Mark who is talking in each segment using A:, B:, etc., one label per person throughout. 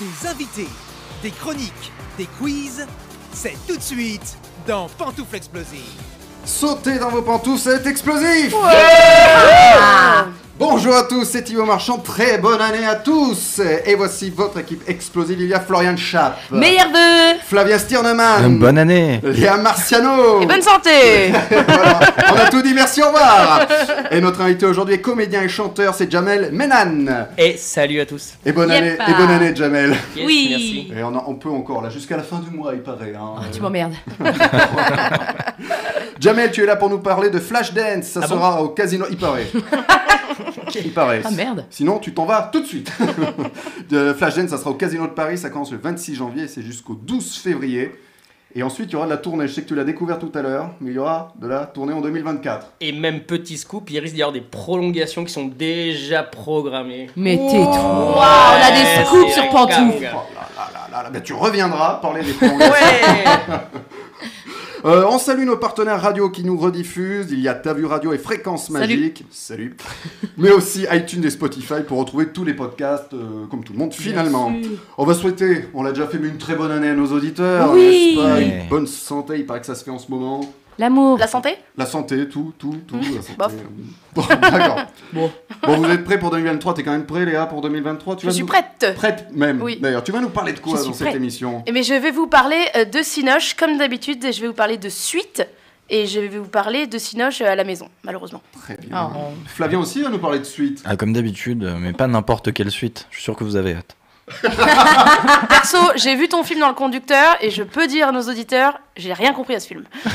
A: Des invités, des chroniques, des quiz, c'est tout de suite dans Pantoufle Explosive.
B: Sautez dans vos pantoufles, c'est explosif Bonjour à tous, c'est Thibaut Marchand, très bonne année à tous Et voici votre équipe explosive, il y a Florian Schaap,
C: Meilleur vœu
B: Flavia Stirneman,
D: Une bonne année
B: Léa Marciano
C: et bonne santé
B: Voilà, On a tout dit, merci, au revoir Et notre invité aujourd'hui est comédien et chanteur, c'est Jamel Menan
E: Et salut à tous.
B: Et bonne année,
C: Yepa.
B: et bonne année Jamel
E: Yes,
C: Oui.
E: Merci.
B: Et on, en- on peut encore, là, jusqu'à la fin du mois, il paraît. hein.
C: Ah, Tu m'emmerdes.
B: Jamel, tu es là pour nous parler de Flashdance, ça
E: Ah bon
B: sera au casino, il paraît. il paraît.
C: Ah merde
B: Sinon, tu t'en vas tout de suite. de Flashdance, ça sera au Casino de Paris. Ça commence le 26 janvier et c'est jusqu'au 12 février. Et ensuite, il y aura de la tournée. Je sais que tu l'as découvert tout à l'heure, mais il y aura de la tournée en 2024.
E: Et même petit scoop, il risque d'y avoir des prolongations qui sont déjà programmées.
C: Mais t'es trop... Waouh, on a des
E: Ouais,
C: scoops
E: c'est
C: sur Pantouf
B: Oh
E: dingue.
B: là là là là là. Ben, tu reviendras parler des tournées.
E: Ouais
B: Euh, on salue nos partenaires radio qui nous rediffusent. Il y a T'as vu Radio et Fréquence
C: Salut.
B: Magique. Salut. Mais aussi iTunes et Spotify pour retrouver tous les podcasts, euh, comme tout le monde, finalement. On va souhaiter, on l'a déjà fait, mais une très bonne année à nos auditeurs.
C: Oui.
B: n'est-ce pas
D: Ouais.
B: une bonne santé, il paraît que ça se fait en ce moment.
C: L'amour
F: La santé
B: La santé, tout, tout, tout. la santé.
F: bof.
B: Bon, d'accord.
E: Bon.
B: Bon, vous êtes prêts pour 2023 T'es quand même prêt, Léa, pour 2023 tu
F: Je
B: vas
F: suis
B: nous-
F: prête.
B: Prête même.
F: Oui.
B: D'ailleurs, tu vas nous parler de quoi
C: Je suis
B: dans cette
C: prête.
B: émission
F: Eh bien, je vais vous parler euh, de Cinoche, comme d'habitude, et je vais vous parler de suite, et je vais vous parler de Cinoche euh, à la maison, malheureusement.
B: Très bien.
C: Oh.
B: Flavien aussi va nous parler de suite.
D: Ah, Comme d'habitude, mais pas n'importe quelle suite. Je suis sûr que vous avez hâte.
F: Perso, j'ai vu ton film dans le conducteur, et je peux dire à nos auditeurs, j'ai rien compris à ce film.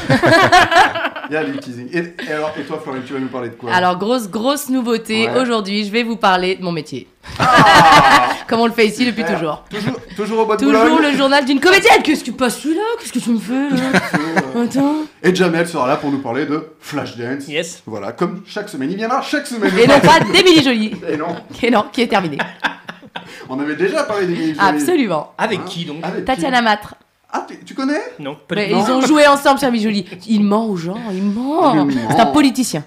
B: Il y a du teasing. Et, et alors, et toi, Florian, tu vas nous parler de quoi
C: Alors grosse grosse nouveauté,
B: Ouais.
C: aujourd'hui je vais vous parler de mon métier.
B: Ah
C: Comme on le fait ici depuis
B: Super.
C: toujours.
B: toujours, toujours au bois de
C: Toujours
B: Boulogne.
C: le journal d'une comédienne Qu'est-ce que tu passes celui-là Qu'est-ce que tu me fais là Attends
B: euh, Et Jamel sera là pour nous parler de Flashdance.
E: Yes.
B: Voilà, comme chaque semaine. Il viendra chaque semaine.
C: Et non pas d'Émilie Jolie
B: Et non,
C: Et non, qui est terminée.
B: on avait déjà parlé des mini-jeux.
C: Absolument.
E: Avec qui donc
B: Avec qui
C: Tatiana Matre.
B: Ah, tu, tu connais
E: Non, pas
C: Mais
E: du
C: ils ont joué ensemble sur Émilie Jolie. Il ment aux gens, il ment.
B: Il ment.
C: C'est un politicien.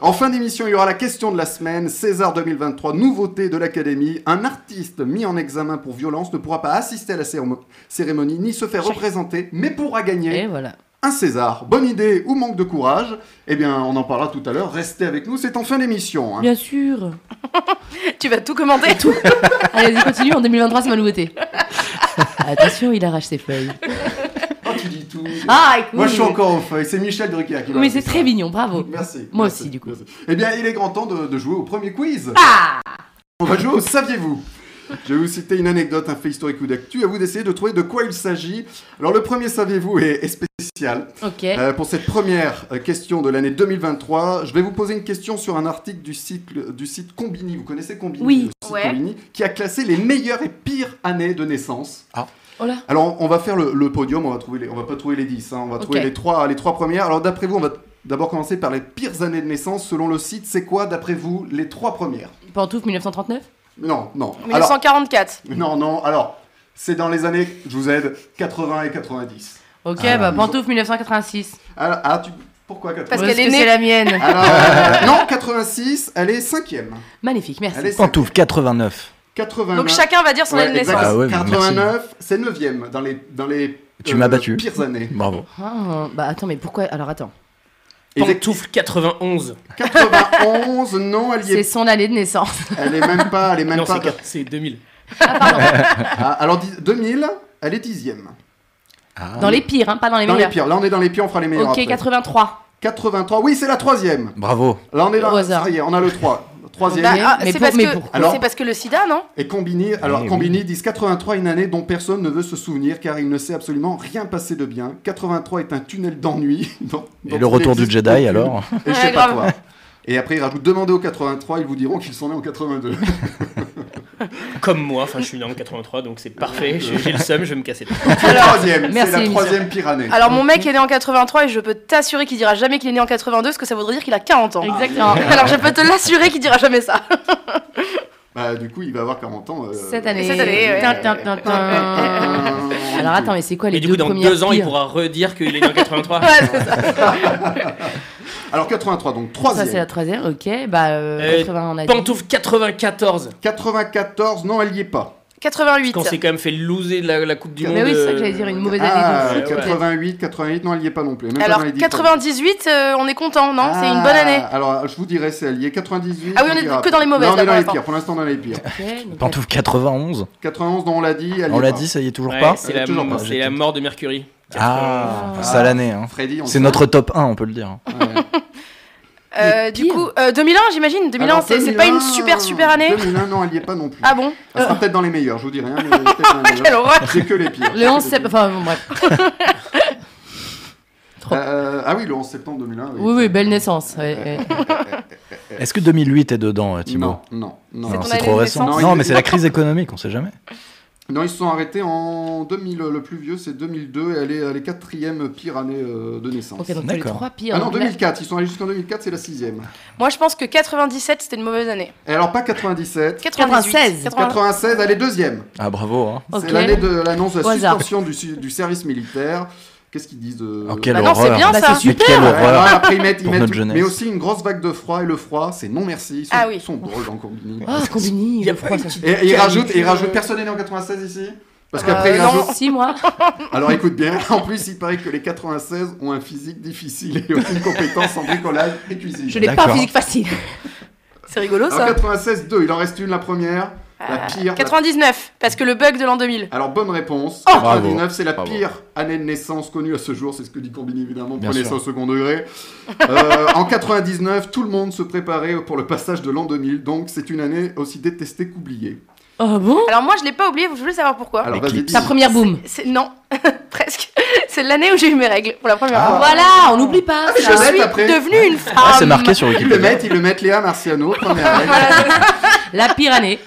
B: En fin d'émission, il y aura la question de la semaine, César 2023, nouveauté de l'Académie. Un artiste mis en examen pour violence ne pourra pas assister à la cérémo- cérémonie ni se faire représenter, mais pourra
C: Et
B: gagner
C: voilà.
B: un César. Bonne idée ou manque de courage Eh bien, on en parlera tout à l'heure. Restez avec nous, c'est en fin d'émission. hein.
C: Bien sûr.
F: Tu vas tout commenter
C: Allez, y continue, en 2023, c'est ma nouveauté. Attention, il arrache ses feuilles.
B: Oh, tu dis tout.
C: Ah, écoute.
B: Moi, je suis encore aux feuilles. C'est Michel Drucker qui m'a
C: Mais
B: appris
C: c'est
B: ça.
C: très mignon, bravo.
B: Merci.
C: Moi
B: merci,
C: aussi, du coup.
B: merci. Eh bien, il est grand temps de, de jouer au premier quiz.
C: Ah
B: On va jouer au Saviez-vous Je vais vous citer une anecdote, un fait historique ou d'actu, à vous d'essayer de trouver de quoi il s'agit. Alors, le premier Saviez-vous est, est spécial.
C: Ok.
B: Euh, pour cette première euh, question de l'année 2023, je vais vous poser une question sur un article du site, du site Combini. Vous connaissez Combini
C: Oui.
B: le site
F: Ouais.
B: Combini, qui a classé les meilleures et pires années de naissance.
C: Oh là.
B: Alors, on va faire le, le podium, on va, trouver les- on va pas trouver les 10, hein, on va trouver les trois, les trois premières. Alors, d'après vous, on va d'abord commencer par les pires années de naissance. Selon le site, c'est quoi, d'après vous, les trois premières
C: Pantouf 1939
B: Non, non. Alors,
F: 1944.
B: non, non, alors, c'est dans les années, je vous aide, 80 et 90.
C: Ok,
D: Ah,
C: bah
B: ils
C: Pantouf 1986.
B: Alors, ah, tu, pourquoi 80
F: Parce
C: Ouais,
F: qu'elle est
C: Oh, que
F: née.
C: c'est la mienne.
B: Alors, euh, non, 86, elle est cinquième.
C: Magnifique, merci.
B: Elle est cinquième.
D: Pantouf 89.
B: 89.
F: Donc chacun va dire son
B: Ouais,
F: année de
B: exact.
F: naissance.
D: Ah ouais, mais merci.
B: 89, c'est neuvième dans les, dans les euh,
D: Tu m'as battu.
B: pires années.
D: Bravo.
C: Ah, bah attends, mais pourquoi Alors attends.
E: tout. Pantoufle 91.
B: 91, non, elle y
C: C'est
B: est,
C: son année de naissance.
B: elle est même pas, elle est même
E: Non,
B: pas
E: c'est quatre- c'est 2000.
B: Ah, alors dix- 2000, elle est dixième.
C: Dans les pires, hein, pas dans les
B: Dans les
C: meilleurs.
B: pires. Là, on est dans les pires, on fera les meilleurs.
C: ok,
B: après.
C: 83.
B: 83. Oui, c'est la troisième.
D: Bravo.
B: Là, on est là.
C: Au hasard.
B: Ça y est, on a le 3. Troisième.
C: Bah,
F: Ah,
C: Mais
F: c'est
C: pour-
F: parce,
C: mais
F: que-
C: pourquoi
B: Alors
F: c'est parce que le sida, non
B: Et Combini, alors
D: Eh
B: Combini disent 83, une année dont personne ne veut se souvenir car il ne s'est absolument rien passé de bien. 83 est un tunnel d'ennui. dont- dont
D: Et
B: il
D: le retour du
B: n'existe
D: Jedi
B: aucune.
D: alors
B: Et je
F: Ouais,
B: sais pas
F: grave.
B: quoi. Et après, ils rajoutent demandez aux 83, ils vous diront qu'ils sont nés en 82.
E: Comme moi, enfin je suis né en 83 donc c'est parfait. J'ai j'ai le seum, je vais me casser.
B: C'est la troisième. C'est
C: merci,
B: la
C: l'émission.
B: troisième pire année.
F: Alors mon mec est né en 83 et je peux t'assurer qu'il dira jamais qu'il est né en 82 parce que ça voudrait dire qu'il a 40 ans.
C: Exactement.
F: Alors je peux te l'assurer qu'il dira jamais ça.
B: Bah, du coup, il va avoir 40 ans. euh,
C: Cette année.
F: Cette année, ouais.
C: Tin, tin, tin, tin.
B: euh,
C: Alors attends, mais c'est quoi les
E: Et du
C: deux
E: coup, dans
C: premières
E: deux ans, il
C: pires
E: pourra redire qu'il est né en 83.
F: Ouais, c'est ça.
B: Alors 83, donc
C: Ça,
B: troisième.
C: c'est la troisième. Ok, bah euh,
E: Euh,
C: 80, on a dit.
E: Pantoufle 94.
B: 94, non, elle y est pas.
F: 88.
E: Quand c'est quand même fait loser de la, la Coupe du
B: Mais
E: Monde.
C: Mais oui, c'est ça que
E: euh,
C: j'allais dire, une mauvaise année.
B: Ah,
C: donc,
E: ouais,
C: s'il te plaît.
B: 88, 88, non, elle n'y est pas non plus. Même pas
F: Alors
B: dans les dix
F: 98, euh, on est content, non C'est une
B: Ah,
F: bonne année.
B: Alors, je vous dirais, c'est lié 98.
F: Ah oui, on est
B: dira
F: que dans les
B: pas.
F: mauvaises,
B: Non, on est
F: là,
B: dans les
F: pour
B: pires. Pour l'instant, on est dans les pires.
C: Ok, donc,
D: Pantouf 91
B: 91, dont on l'a dit. elle y
D: On
B: est
D: l'a
B: pas.
D: dit, ça y est toujours
E: ouais,
D: pas
E: c'est
B: Elle est
E: la,
B: toujours pas,
E: c'est
D: j'étais.
E: la mort de Mercury.
D: Ah,
C: Ah.
D: ça l'année. Hein.
B: Freddy, on
D: C'est
B: le
D: notre top 1, on peut le dire. hein.
B: sait. Ouais.
F: Euh, du
C: pire.
F: coup, euh, 2001, j'imagine. 2001,
B: Alors,
F: c'est c'est pas une
B: 2001,
F: super super année.
B: 2001, non, elle n'y est pas non plus.
F: Ah bon
B: Elle sera peut-être dans les meilleurs, je vous dis rien. mais peut-être dans les meilleurs.
F: Quelle horreur
B: C'est que les pires.
C: Le 11 septembre. Enfin, bon, bref.
B: Euh, ah oui, le 11 septembre 2001.
C: Oui, oui,
F: ben,
C: belle naissance. ouais, ouais.
D: Est-ce que 2008 est dedans, euh, Thibaut
B: Non, non, non.
F: C'est
D: Non,
F: ton
D: C'est
F: année
D: trop
F: de
D: récent.
B: naissance
D: Non, mais c'est la crise économique, on sait jamais.
B: Non, ils se sont arrêtés en 2000. Le plus vieux, c'est 2002. Et elle est, elle est quatrième pire année euh, de naissance.
C: Ok, donc t'as les
D: D'accord.
C: trois pires.
B: ah non,
C: Donc, là-
B: 2004. Ils sont allés jusqu'en 2004, c'est la sixième.
F: Moi, je pense que 97, c'était une mauvaise année.
B: Et alors, pas 97.
F: 98,
C: 96.
F: 80.
B: 96, elle est deuxième.
D: Ah, bravo. Hein.
C: Ok.
B: C'est l'année de l'annonce de
C: Au
B: la
C: hasard.
B: suspension du, su- du service militaire. Qu'est-ce qu'ils disent de...
D: Oh, quelle
F: Bah non, c'est
D: horreur.
F: bien
C: Bah,
F: ça.
C: c'est super.
D: Mais quelle
B: Ouais,
D: horreur.
B: voilà, après, ils mettent- ils
D: Pour
B: mettent
D: notre
B: tout-
D: jeunesse.
B: mais aussi une grosse vague de froid et le froid c'est non merci. Ils sont,
F: Ah oui.
B: ils sont drôles en combini.
C: Ah, Combini.
E: Il y a
C: le
E: pas
C: froid,
E: une
C: ça-
B: Et, et ils
E: Quel-
B: rajoutent, et ils rajoutent personne n'est né en 96 ici Parce qu'après
F: Euh,
B: ils
F: non.
B: rajoutent.
C: Si, moi.
B: Ah, Alors écoute bien, en plus il paraît que les 96 ont un physique difficile et aucune compétence en bricolage et cuisine.
C: Je l'ai pas en
D: D'accord.
C: physique facile.
F: C'est rigolo
B: Alors
F: ça.
B: 96, 2, il en reste une la première, la
C: Ah,
F: Euh,
B: pire. la-
F: 99, parce que le bug de l'an 2000.
B: Alors bonne réponse.
F: Oh
B: 99, c'est la
D: Bravo.
B: pire année de naissance connue à ce jour, c'est ce que dit Combini évidemment,
D: Bien
B: prenez
D: sûr.
B: ça au second degré. Euh, en 99, tout le monde se préparait pour le passage de l'an 2000, donc c'est une année aussi détestée qu'oubliée.
C: Oh bon
F: Alors moi, je l'ai pas oublié, je voulais savoir pourquoi.
B: Alors
D: L'éclipse.
B: dis.
C: Sa première boom.
F: C'est non, presque. C'est l'année où j'ai eu mes règles pour la première
B: Ah.
F: fois.
C: Voilà, on n'oublie pas.
B: mais
F: Je
B: je
C: ça.
B: sais.
F: suis
B: après.
F: devenue une femme.
D: Ah, c'est marqué sur
B: Ils le
D: Wikipédia.
B: mettent, ils le mettent Léa Marciano, première année.
C: La pire année.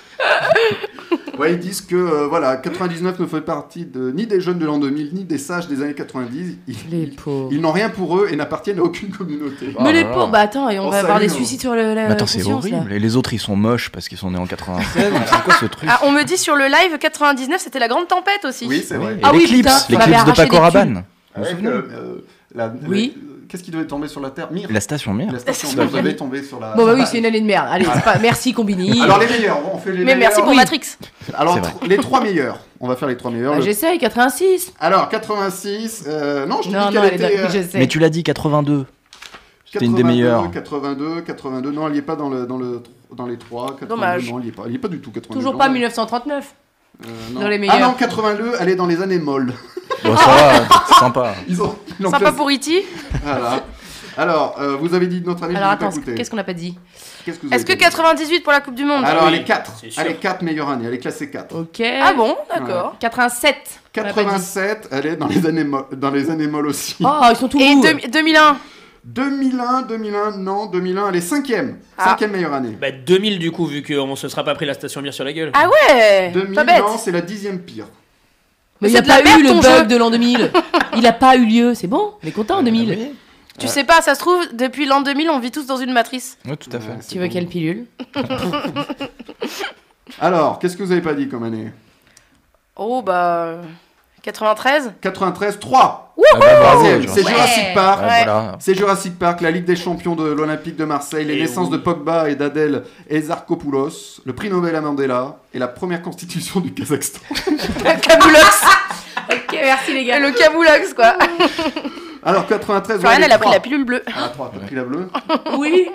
B: Ouais, ils disent que euh, voilà, 99 ne fait partie de, ni des jeunes de l'an 2000, ni des sages des années 90. Ils,
C: Les
B: ils-
C: pauvres.
B: ils n'ont rien pour eux et n'appartiennent à aucune communauté.
D: Oh
C: Mais les
D: là là.
C: pauvres, bah attends, et on
B: On
C: va avoir
B: salue,
C: des
B: on-
C: suicides sur le,
F: Euh,
C: la
D: Mais attends, c'est
C: conscience, là.
D: horrible. Et les autres, ils sont moches parce qu'ils sont nés en 96. donc c'est quoi ce truc
F: Ah, on me dit sur le live 99, c'était la grande tempête aussi.
B: Oui, c'est
D: Oui,
B: vrai.
D: et
C: Ah oui,
D: L'éclipse,
C: putain, on m'avait
D: l'éclipse de
C: arraché
D: Paco
C: des
D: Rabanne.
B: Avec, euh, euh, la-
C: Oui.
B: le- qu'est-ce qui devait tomber sur la Terre Mir.
D: La station mère.
B: La station
F: La-
B: Mir devait tomber sur la.
C: Bon bah oui, c'est une année de merde. Allez, c'est pas... merci Combini.
B: Ah.
C: Bah,
B: Alors les meilleurs, on fait les
F: Mais
B: meilleurs.
F: merci pour Matrix.
B: Alors
D: C'est vrai.
B: tr- les trois meilleurs. On va faire les trois meilleurs.
C: Bah,
B: Le-
C: J'essaye, 86.
B: Alors 86. euh, non, je te
C: Non,
B: dis
C: non,
B: qu'elle
C: elle
B: était.
C: est
B: euh,
C: j'essaie.
D: Mais tu l'as dit, 82. C'était une des
B: 82,
D: meilleures.
B: 82, 82. Non, elle n'y est pas dans le dans le dans les trois. 82,
F: Dommage.
B: Non, elle n'y est pas. Elle n'y est pas du tout. 82,
C: Toujours
B: non,
C: pas
B: elle-
C: 1939.
B: Euh, non.
C: Dans les
B: Ah
C: meilleurs.
B: non, 82, elle est dans les années molles.
D: Bon, ça va, c'est sympa.
B: Ils ont, ils l'ont
F: Sympa
B: classé-
F: pour E E.T.
B: Voilà. Alors, euh, vous avez dit notre année,
C: Alors
B: je ne
C: attends,
B: vous ai pas écouté.
C: qu'est-ce qu'on n'a pas dit
B: Qu'est-ce vous
F: Est-ce que
B: avez dit
F: 98 pour la Coupe du Monde
B: Alors,
E: Ah oui,
B: les 4.
E: c'est sûr.
B: Elle est 4 meilleure année. Elle est classée 4.
C: Ok.
F: Ah bon, d'accord.
C: 87. on l'a pas dit.
B: 87, elle est dans les années, mo- dans les années molles aussi.
C: Oh, ils sont tous
F: Et
C: mous.
F: deux- 2001
B: 2001, 2001, non, 2001, elle est 5ème.
F: Ah.
B: 5ème meilleure année.
E: Bah 2000 du coup, vu qu'on se sera pas pris la station mire sur la gueule.
F: Ah ouais
B: 2000,
F: Pas bête
B: non, c'est la 10ème pire.
C: Mais il
F: c'est
C: n'a
F: de la
C: pas
F: merde,
C: eu le
F: ton
C: bug
F: jeu.
C: de l'an 2000. Il n'a pas eu lieu. C'est bon, on est content en
B: Ah
D: Ah
C: 2000.
F: Tu sais pas, ça se trouve, depuis l'an 2000, on vit tous dans une matrice.
D: Oui, tout à fait.
B: Ouais, c'est
C: Tu veux
B: bon.
C: quelle pilule
B: Alors, qu'est-ce que vous avez pas dit comme année
F: Oh bah... 93
B: 93, 3
D: Ah bah, bravo,
B: C'est c'est
D: Jurassic Park.
B: Jurassic Park.
D: Ah, voilà.
B: C'est Jurassic Park, la Ligue des champions de l'Olympique de Marseille, les
C: Eh
E: Et
B: naissances
E: oui.
B: de Pogba et d'Adèle Ezarkopoulos, le prix Nobel à Mandela et la première constitution du Kazakhstan.
F: Caboulox
C: Ok, merci les
F: Le caboulox, quoi
B: Alors 93,
F: Florian,
B: ouais,
F: elle a pris
B: trois.
F: la pilule bleue.
B: Ah, trois, t'as pris la bleue
C: Oui,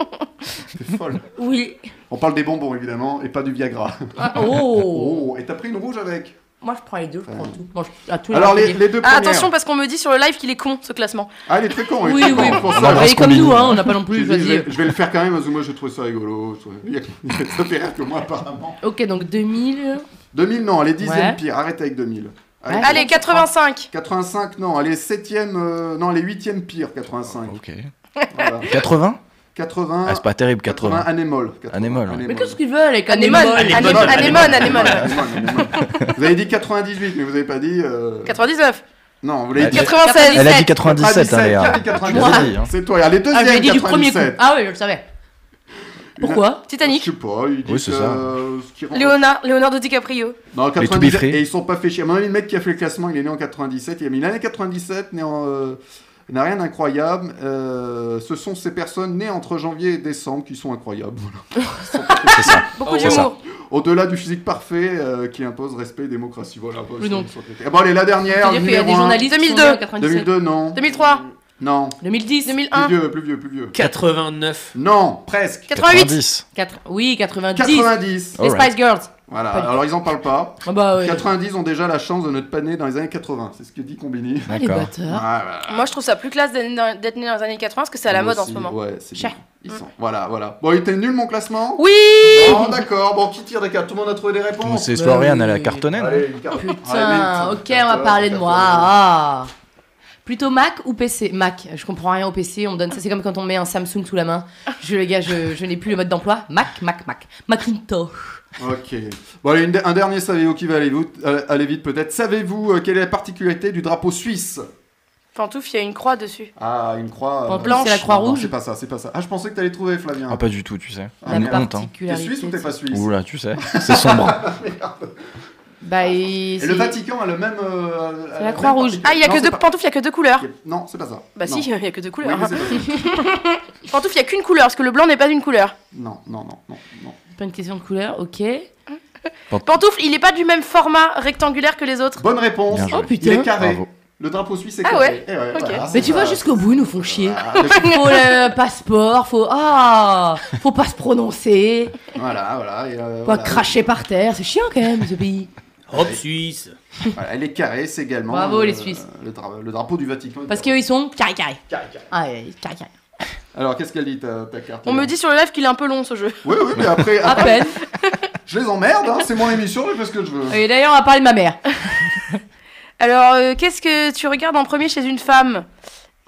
B: T'es folle.
C: oui.
B: On parle des bonbons évidemment et pas du Viagra.
C: Oh.
B: Oh, et t'as pris une rouge avec
C: Moi je prends les deux, je prends tout. Bon, je- à tous les
B: Alors les,
C: randonnées.
B: les deux
F: Ah,
B: premières.
F: attention, parce qu'on me dit sur le live qu'il est con, ce classement.
B: Ah, elle est très con, elle est
C: Oui,
B: très
C: oui.
B: con, pour
D: On
B: ça.
D: embrasse
C: Mais comme
D: Combini.
C: nous, hein, on n'a pas non
B: J'ai dit,
C: plus.
B: je,
C: vas-y.
B: vais, je vais le faire quand même parce que moi je trouve ça rigolo. Il y a- il y a- Ça fait rire que moi apparemment.
C: Ok, donc 2000.
B: 2000 non, elle est dixième
C: Ouais.
B: pire. Arrête avec 2000. Ah,
C: Ouais.
F: Allez, 85
B: 85 non, elle est septième, euh, non, elle est huitième pire 85.
D: Ah, Ok.
B: Voilà.
D: 80
B: 80.
D: Ah, c'est pas terrible,
B: 80
D: 80.
B: anémole.
D: Anémole, ouais.
C: Mais qu'est-ce qu'ils veulent avec
F: Anémone,
E: Anémone,
F: anémone, anémone,
B: Anémole,
F: anémone.
B: anémole, anémole. Vous avez dit 98, mais vous avez pas dit. euh,
F: 99
B: Non, vous l'avez dit.
F: 96
D: Elle a dit 97, hein, Léa.
B: 97,
D: Je l'avais dit, hein.
B: C'est toi, regarde, les
C: Ah, je l'ai
B: deuxièmes
C: dit du premier coup.
B: 97.
C: Ah oui, je le savais. Pourquoi
F: Titanic
B: Je sais pas, ils disent
D: Oui, c'est ça.
B: euh, ce qui rend-
F: Léonard, Leonardo DiCaprio.
B: Non,
D: to be
B: 97,
D: free.
B: et ils sont pas fait chier. À mon avis, le mec qui a fait le classement, il est né en 97, il a mis l'année 97, né en... euh, N'a rien d'incroyable. euh, ce sont ces personnes nées entre janvier et décembre qui sont incroyables. voilà.
D: C'est ça.
B: Ah,
F: Beaucoup
E: Oh,
F: d'humour.
B: Au-delà du physique parfait euh, qui impose respect et démocratie. Voilà. bah,
C: Oui, donc.
B: sur- sur- Ah, Bon, allez, la dernière.
C: C'est-à-dire qu'il y a
B: numéro
C: des
B: un.
C: journalistes qui sont
F: 2002.
C: nés en 97.
B: 2002, non.
F: 2003,
B: Non.
C: 2010,
F: 2001,
B: Plus vieux, plus vieux, plus vieux.
E: 89.
B: Non, presque.
F: 88,
D: 90.
C: quatre- oui, 90.
B: 90.
C: Les
D: Alright.
C: Spice Girls.
B: Voilà.
C: Pas du-
B: Alors, ils en parlent pas.
C: Ah bah ouais.
B: 90 ont déjà la chance de ne pas nés dans les années 80. C'est ce que dit Combini.
C: Ah, Les
D: D'accord.
C: bâtards.
B: Ouais, voilà.
F: Moi, je trouve ça plus classe d'être né dans- d'être né dans les années 80 parce que c'est à la
B: Nous
F: mode en
B: aussi,
F: ce moment.
B: Ouais, c'est
F: Cher. Mm.
B: bien. Ils sont. Voilà, voilà. Bon, il était nul mon classement
F: Oui
B: Bon, d'accord. Bon, qui tire des cartes Tout le monde a trouvé des
D: Donc,
B: réponses
D: C'est histoire
C: Bah
D: rien à
C: oui.
D: la cartonnette.
B: Allez, une carte.
C: Putain,
B: Allez, une
C: ok,
B: carte.
C: on va parler de
B: Carte.
C: moi. Ah. Plutôt Mac ou PC Mac, je comprends rien au PC, on me donne ça, c'est comme quand on met un Samsung sous la main. Je, les gars, je, je n'ai plus le mode d'emploi. Mac, Mac, Mac. Macintosh.
B: Ok. Bon, allez, une de- un dernier savez-vous qui va aller, vous- euh, aller vite peut-être. Savez-vous euh, quelle est la particularité du drapeau suisse
F: Pantouf, il y a une croix dessus.
B: Ah, une croix.
C: Pantoufle,
F: blanche.
C: c'est la
B: Non,
C: Croix-Rouge.
B: C'est pas ça, c'est pas ça. Ah, je pensais que t'allais trouver, Flavien.
D: Ah, pas du tout, tu sais.
B: Ah,
C: La
D: On est honte, hein.
B: T'es
C: particularité.
B: suisse ou t'es pas suisse
D: Oula, tu sais. C'est sombre.
C: Bah, et
B: Et le Vatican a le même. euh, a
C: la
B: même
C: Croix-Rouge.
B: particularité.
F: Ah, il y a
B: Non,
F: que
B: c'est
F: deux
B: pas-
F: pantoufles, il y a que deux couleurs.
B: Non, c'est pas ça.
F: Bah
B: Non.
F: si, il y a que deux
B: Oui,
F: couleurs.
B: mais c'est pas ça.
F: Pantoufles, il y a qu'une couleur parce que le blanc n'est pas d'une couleur.
B: Non, non, non, non, non.
C: c'est pas une question de couleur, ok.
B: Ah,
F: Pantoufle, il est pas du même format rectangulaire que les autres.
B: Bonne réponse.
D: Bien joué.
C: Oh, putain.
B: Il est carré.
D: Bravo.
B: Le drapeau suisse est
F: Ah
B: carré.
F: ouais
B: Eh ouais,
F: Ok.
B: voilà,
C: Mais
B: c'est
C: tu
B: ça.
C: vois, jusqu'au bout, ils nous font chier.
B: Ah, depuis-
C: Faut le passeport, faut. Ah Faut pas se prononcer,
B: voilà, voilà. et, euh,
C: faut
B: voilà.
C: pas cracher par terre, c'est chiant quand même ce pays.
E: Hop, Suisse.
B: Voilà, elle est carrée, c'est également. euh,
C: Bravo, les Suisses.
B: Le, dra- le drapeau du Vatican.
C: Parce qu'eux ils sont carré carré.
B: Carré, carré.
C: Ah, ouais, carré carré.
B: Alors, qu'est-ce qu'elle dit ta, ta carte
F: On me dit sur le live qu'il est un peu long ce jeu.
B: Oui, oui, mais après,
C: À
B: après,
C: peine.
B: je les emmerde, hein, c'est mon émission, je fais ce que je veux.
C: Et d'ailleurs, on va parler de ma mère.
F: Alors, euh, qu'est-ce que tu regardes en premier chez une femme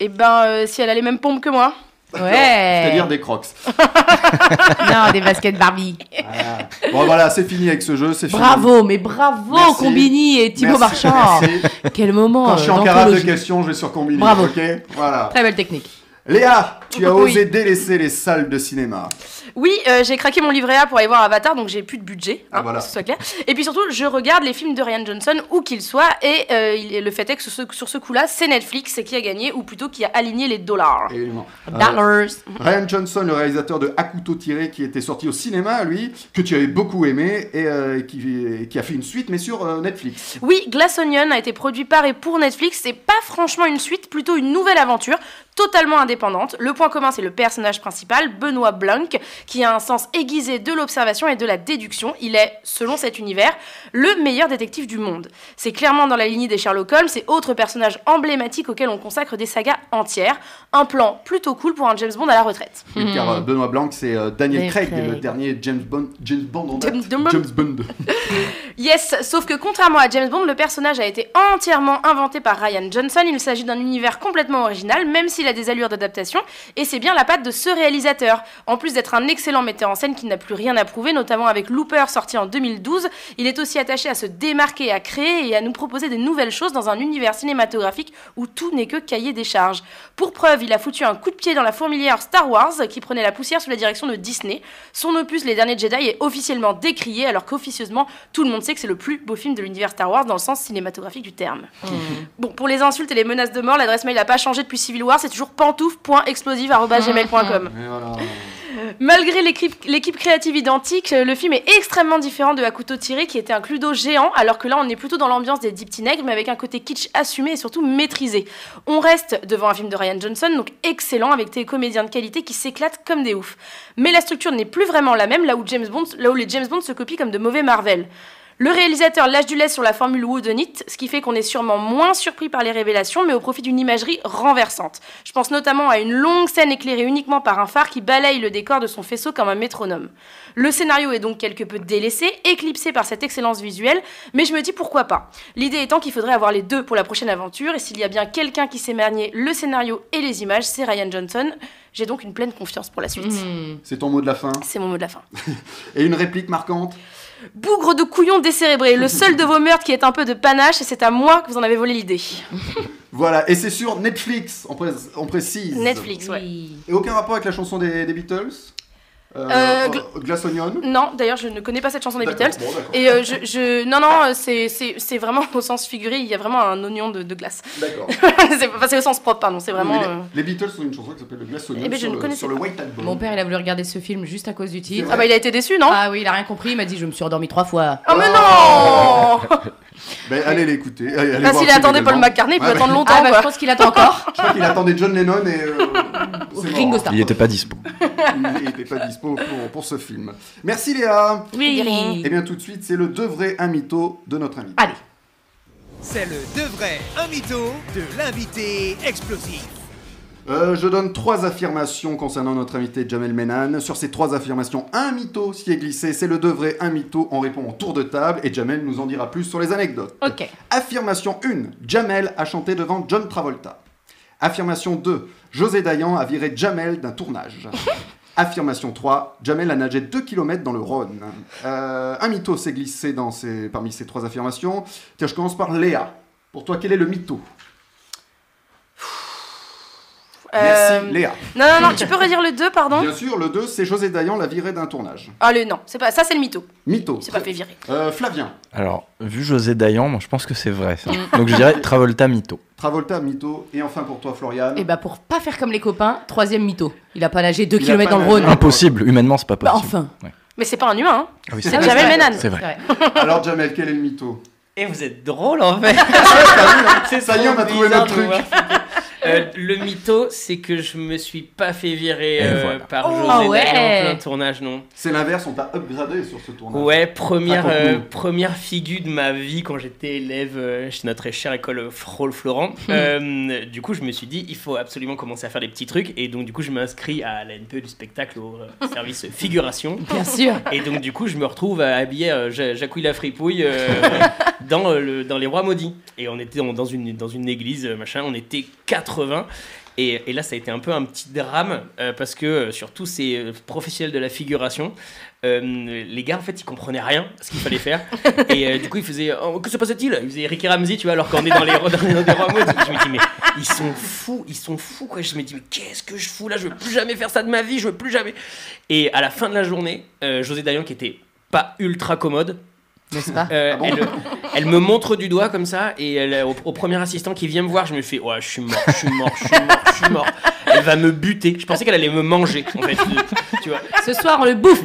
F: Eh ben, euh, si elle a les mêmes pompes que moi.
B: C'est-à-dire
C: Ouais.
B: des crocs.
C: Non, des baskets Barbie.
B: Voilà. Bon, voilà, c'est fini avec ce jeu, c'est fini.
C: Bravo, mais bravo
B: Merci.
C: Combini et Thibaut
B: Merci,
C: Marchand.
B: merci.
C: Quel moment.
B: Quand je suis
C: euh,
B: en carré de
C: d'anthologie.
B: questions, je vais sur Combini.
C: Bravo. Oh,
B: Ok, voilà.
C: Très belle technique.
B: Léa, tu as
F: Oui.
B: osé délaisser les salles de cinéma.
F: Oui, euh, j'ai craqué mon livret A pour aller voir Avatar, donc j'ai plus de budget, hein,
B: Ah, voilà.
F: que ce soit clair. Et puis surtout, je regarde les films de Ryan Johnson, où qu'ils soient, et euh, il- le fait est que sur ce, sur ce coup-là, c'est Netflix qui a gagné, ou plutôt qui a aligné les dollars.
B: Évidemment. Euh,
C: Dollars.
B: Ryan Johnson, le réalisateur de À couteau tiré, qui était sorti au cinéma, lui, que tu avais beaucoup aimé et euh, qui, qui a fait une suite, mais sur euh, Netflix.
F: Oui, Glass Onion a été produit par et pour Netflix. C'est pas franchement une suite, plutôt une nouvelle aventure, totalement indépendante. Le point commun, c'est le personnage principal, Benoît Blanc, qui a un sens aiguisé de l'observation et de la déduction. Il est, selon cet univers, le meilleur détective du monde. C'est clairement dans la lignée des Sherlock Holmes et autres personnages emblématiques auxquels on consacre des sagas entières. Un plan plutôt cool pour un James Bond à la retraite.
B: Oui,
C: Hmm.
B: Car euh, Benoît Blanc, c'est euh, Daniel
C: Daniel
B: Craig,
C: Craig.
B: le dernier James Bond. James Bond en date.
F: James Bond.
B: James Bond.
F: Yes, sauf que contrairement à James Bond, le personnage a été entièrement inventé par Ryan Johnson. Il s'agit d'un univers complètement original, même s'il a des allures d'adaptation, et c'est bien la patte de ce réalisateur. En plus d'être un excellent metteur en scène qui n'a plus rien à prouver, notamment avec Looper sorti en 2012, il est aussi attaché à se démarquer, à créer et à nous proposer des nouvelles choses dans un univers cinématographique où tout n'est que cahier des charges. Pour preuve, il a foutu un coup de pied dans la fourmilière Star Wars, qui prenait la poussière sous la direction de Disney. Son opus Les Derniers Jedi est officiellement décrié, alors qu'officieusement, tout le monde sait que c'est le plus beau film de l'univers Star Wars dans le sens cinématographique du terme.
B: Mhm.
F: Bon, pour les insultes et les menaces de mort, l'adresse mail n'a pas changé depuis Civil War, c'est toujours pantouf.explosive.gmail.com.
B: Et voilà.
F: Malgré l'équipe l'équipe créative identique, euh, le film est extrêmement différent de À couteau tiré qui était un cluedo géant, alors que là on est plutôt dans l'ambiance des dix petits nègres, mais avec un côté kitsch assumé et surtout maîtrisé. On reste devant un film de Ryan Johnson, donc excellent, avec des comédiens de qualité qui s'éclatent comme des oufs. Mais la structure n'est plus vraiment la même, là où, James Bond, là où les James Bond se copient comme de mauvais Marvel. Le réalisateur lâche du lait sur la formule Woodenite, ce qui fait qu'on est sûrement moins surpris par les révélations, mais au profit d'une imagerie renversante. Je pense notamment à une longue scène éclairée uniquement par un phare qui balaye le décor de son faisceau comme un métronome. Le scénario est donc quelque peu délaissé, éclipsé par cette excellence visuelle, mais je me dis pourquoi pas. L'idée étant qu'il faudrait avoir les deux pour la prochaine aventure, et s'il y a bien quelqu'un qui sait manier le scénario et les images, c'est Ryan Johnson. J'ai donc une pleine confiance pour la suite.
C: Hmm.
B: C'est ton mot de la fin.
F: C'est mon mot de la fin.
B: Et une réplique marquante.
F: Bougre de couillon décérébré, le seul de vos meurtres qui est un peu de panache, et c'est à moi que vous en avez volé l'idée.
B: Voilà, et c'est sur Netflix, on, pré- on précise.
F: Netflix, ouais.
C: Oui.
B: Et aucun rapport avec la chanson des, des Beatles Euh,
F: Euh, gl-
B: euh, Glass Onion.
F: Non, d'ailleurs, je ne connais pas cette chanson des
B: D'accord,
F: Beatles.
B: bon, d'accord.
F: Et euh, je, je- Non, non, euh, c'est- c'est c'est vraiment au sens figuré, il y a vraiment un oignon de, de glace.
B: D'accord.
F: c'est enfin, c'est au sens propre, pardon, c'est vraiment...
B: Mais les-
F: euh,
B: Les Beatles ont une chanson qui s'appelle le Glass Onion
F: Eh ben, je
B: sur,
F: ne
B: le,
F: connaissais
B: sur le
F: pas.
B: White Album.
C: Mon père, il a voulu regarder ce film juste à cause du titre.
F: Ah bah, il a été déçu, non
C: Ah oui, il a rien compris, il m'a dit je me suis endormi trois fois.
F: Oh mais non
B: Ben, allez l'écouter. allez- allez
F: Ah,
B: voir
F: S'il
B: le film
F: attendait Paul
B: également.
F: McCartney, il peut
B: Ouais,
F: attendre
C: Ah
F: longtemps,
C: bah,
F: quoi.
C: je pense qu'il attend encore.
B: Je crois qu'il attendait John Lennon et. euh, c'est mort.
C: Ringo Starr.
D: Il était pas dispo.
B: Il n'était pas dispo pour, pour ce film. Merci Léa. Et bien tout de suite, c'est le deux vrais un mytho de notre invité.
C: Allez.
A: C'est le de vrai, un mytho de l'invité explosif.
B: Euh, je donne trois affirmations concernant notre invité Jamel Menan. Sur ces trois affirmations, un mytho s'y est glissé, c'est le de vrai, un mytho. On répond en tour de table et Jamel nous en dira plus sur les anecdotes.
C: Ok.
B: Affirmation 1. Jamel a chanté devant John Travolta. Affirmation 2. José Dayan a viré Jamel d'un tournage. Affirmation 3. Jamel a nagé 2 km dans le Rhône. Euh, un mytho s'est glissé dans ces- parmi ces trois affirmations. Tiens, je commence par Léa. Pour toi, quel est le mytho
F: Euh,
B: Merci, Léa.
F: Non, non, non, tu peux redire le 2, pardon
B: Bien sûr, le 2, c'est José Dayan la virée d'un tournage.
F: Allez, non, c'est pas... ça c'est le mytho,
B: Mytho.
F: c'est pas fait virer.
B: Euh, Flavien.
D: Alors, vu José Dayan, moi, je pense que c'est vrai. ça.
C: Mm.
D: Donc je dirais Travolta Mito.
B: Travolta, mytho. Et enfin pour toi, Florian.
C: Et bah, pour pas faire comme les copains, troisième mytho. Il a pas nagé 2
B: Il a
C: km
B: pas
C: dans le
B: nagé.
C: Rhône.
D: Impossible, humainement, c'est pas
C: Bah,
D: possible.
C: enfin.
F: Mais c'est pas un humain, hein.
D: Ah oui,
F: c'est
D: vrai.
F: Jamel Ménane.
D: C'est vrai.
B: Alors, Jamel, quel est le mytho
E: Et vous êtes drôle en fait. C'est
B: hein. Ça y est, on a
E: trop
B: trouvé notre
E: bizarre de voir. Euh, le mytho, c'est que je me suis pas fait virer
D: Et
E: euh,
D: voilà.
E: par
C: Oh,
E: José
C: ouais.
E: Dayan en plein tournage, non
B: C'est l'inverse, on t'a upgradé sur ce tournage.
E: Ouais, première,
B: Raconte-nous.
E: euh, première figure de ma vie quand j'étais élève euh, chez notre chère école euh, Frôle Florent. Euh, du coup, je me suis dit, il faut absolument commencer à faire des petits trucs. Et donc, du coup, je m'inscris à la NPE du spectacle au euh, service figuration.
C: Bien sûr.
E: Et donc, du coup, je me retrouve à habiller euh, Ja- Jacouille la Fripouille euh, dans, euh, le- dans Les Rois Maudits. Et on était en- dans une, dans une église, euh, machin, on était 80. Et, et là, ça a été un peu un petit drame, euh, parce que euh, sur tous ces euh, professionnels de la figuration, euh, les gars, en fait, ils comprenaient rien à ce qu'il fallait faire. Et euh, du coup, ils faisaient Oh, Que se passe-t-il Ils faisaient Ricky Ramsey, tu vois, alors qu'on est dans les, dans les- dans les rois maudits. Je me dis Mais ils sont fous, ils sont fous, quoi. Je me dis Mais qu'est-ce que je fous là Je veux plus jamais faire ça de ma vie, je veux plus jamais. Et à la fin de la journée, euh, José Dayan, qui était pas ultra commode,
C: N'est-ce pas
E: euh,
B: Ah bon
E: elle, elle me montre du doigt comme ça et elle, au, au premier assistant qui vient me voir, je me fais ouais, je suis mort, je suis mort, je suis mort, je suis mort. Elle va me buter. Je pensais qu'elle allait me manger en fait, tu vois.
C: Ce soir, on le bouffe.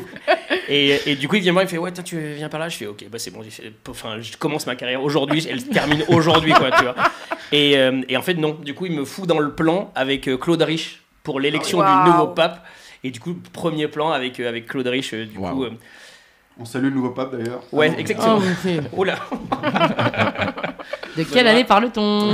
E: Et, et du coup, il vient me voir, il fait ouais, tiens, tu viens par là. Je fais ok, bah c'est bon. j'ai fait- Enfin, je commence ma carrière aujourd'hui, elle se termine aujourd'hui, quoi, tu vois. Et, euh, et en fait, non. Du coup, il me fout dans le plan avec euh, Claude Rich pour l'élection
F: Waouh.
E: du nouveau pape. Et du coup, premier plan avec, euh, avec Claude Rich, euh, du
D: Waouh.
E: coup. euh,
B: On salue le nouveau pape d'ailleurs.
E: ouais,
B: Ah bon.
E: exactement.
C: Oh, ok.
E: Oh là
C: De quelle année parle-t-on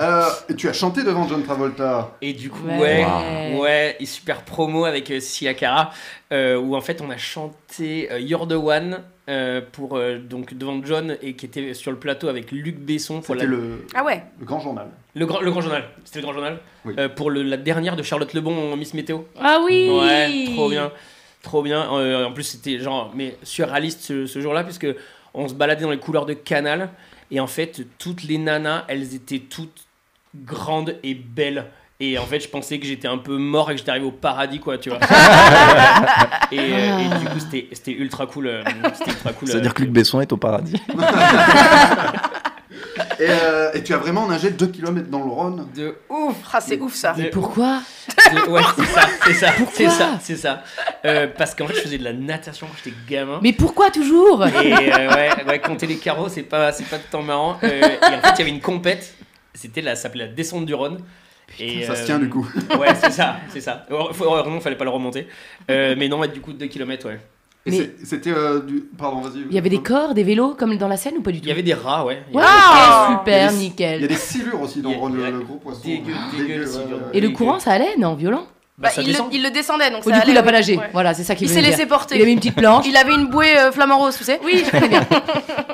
B: Euh, et tu as chanté devant John Travolta.
E: Et du coup,
C: Ouais.
E: ouais,
C: Wow.
E: ouais, et super promo avec euh, Sia Cara, euh, où en fait on a chanté euh, You're the One euh, pour, euh, donc, devant John et qui était sur le plateau avec Luc Besson pour la-
B: C'était le,
F: Ah ouais
B: le grand journal.
E: le grand, le grand journal. C'était le grand journal
B: Oui.
E: Euh, Pour le- la dernière de Charlotte Lebon en Miss Météo.
C: Ah oui.
E: Ouais, trop bien. Trop bien. Euh, en plus, c'était genre, mais surréaliste ce, ce jour-là, puisque on se baladait dans les couleurs de Canal. Et en fait, toutes les nanas, elles étaient toutes grandes et belles. Et en fait, je pensais que j'étais un peu mort et que j'étais arrivé au paradis, quoi, tu vois. et, euh, et du coup, c'était c'était ultra cool. euh, C'était ultra cool.
D: C'est-à-dire
E: euh,
D: que Luc Besson est au paradis.
B: Et, euh, et tu as vraiment nagé 2 km dans le Rhône.
E: de
F: Ouf, ah, c'est ouf ça.
E: De-
C: Pourquoi
E: de- ouais, c'est ça, c'est ça,
C: Pourquoi
E: c'est ça, c'est ça. Euh, parce qu'en fait, je faisais de la natation quand j'étais gamin.
C: Mais pourquoi toujours
E: Et euh, ouais, ouais, compter les carreaux, c'est pas, c'est pas tout le temps marrant. Euh, et en fait, il y avait une compète. C'était la, ça s'appelait la descente du Rhône. Et,
B: Ça se
E: euh,
B: tient du coup.
E: Ouais, c'est ça, c'est ça. Heure- faut- Heureusement, fallait pas le remonter. Euh, mais non, ouais, du coup, 2 km, ouais.
B: Et
C: mais-
B: c'est- C'était euh, du. Pardon, vas-y.
C: Il y avait des corps, des vélos comme dans la scène ou pas du tout
E: Il y avait des rats, ouais. Il y
C: Ouais,
E: avait-
F: Ah
C: ok,
B: Il y a
C: super,
B: des- Il y a
C: nickel.
B: des silures aussi dans
E: Il
B: le
E: y a-
B: Rhône,
E: il y
B: le,
E: a-
B: le gros poisson. Ah,
E: dégueu, dégueu, les silures.
C: Et le
E: des-
C: courant, ça allait, non, violent
F: Bah,
E: Bah, ça
F: il, le,
E: descend.
F: il le descendait donc
C: Oh,
F: ça
C: Du coup, il
F: allait,
C: a pas
F: oui.
C: nagé.
F: Ouais.
C: Voilà, c'est ça qu'il
F: Il
C: voulait
F: s'est
C: dire.
F: laissé porter.
C: Il avait une petite planche.
F: Il avait une bouée euh, flamant rose, tu sais Oui,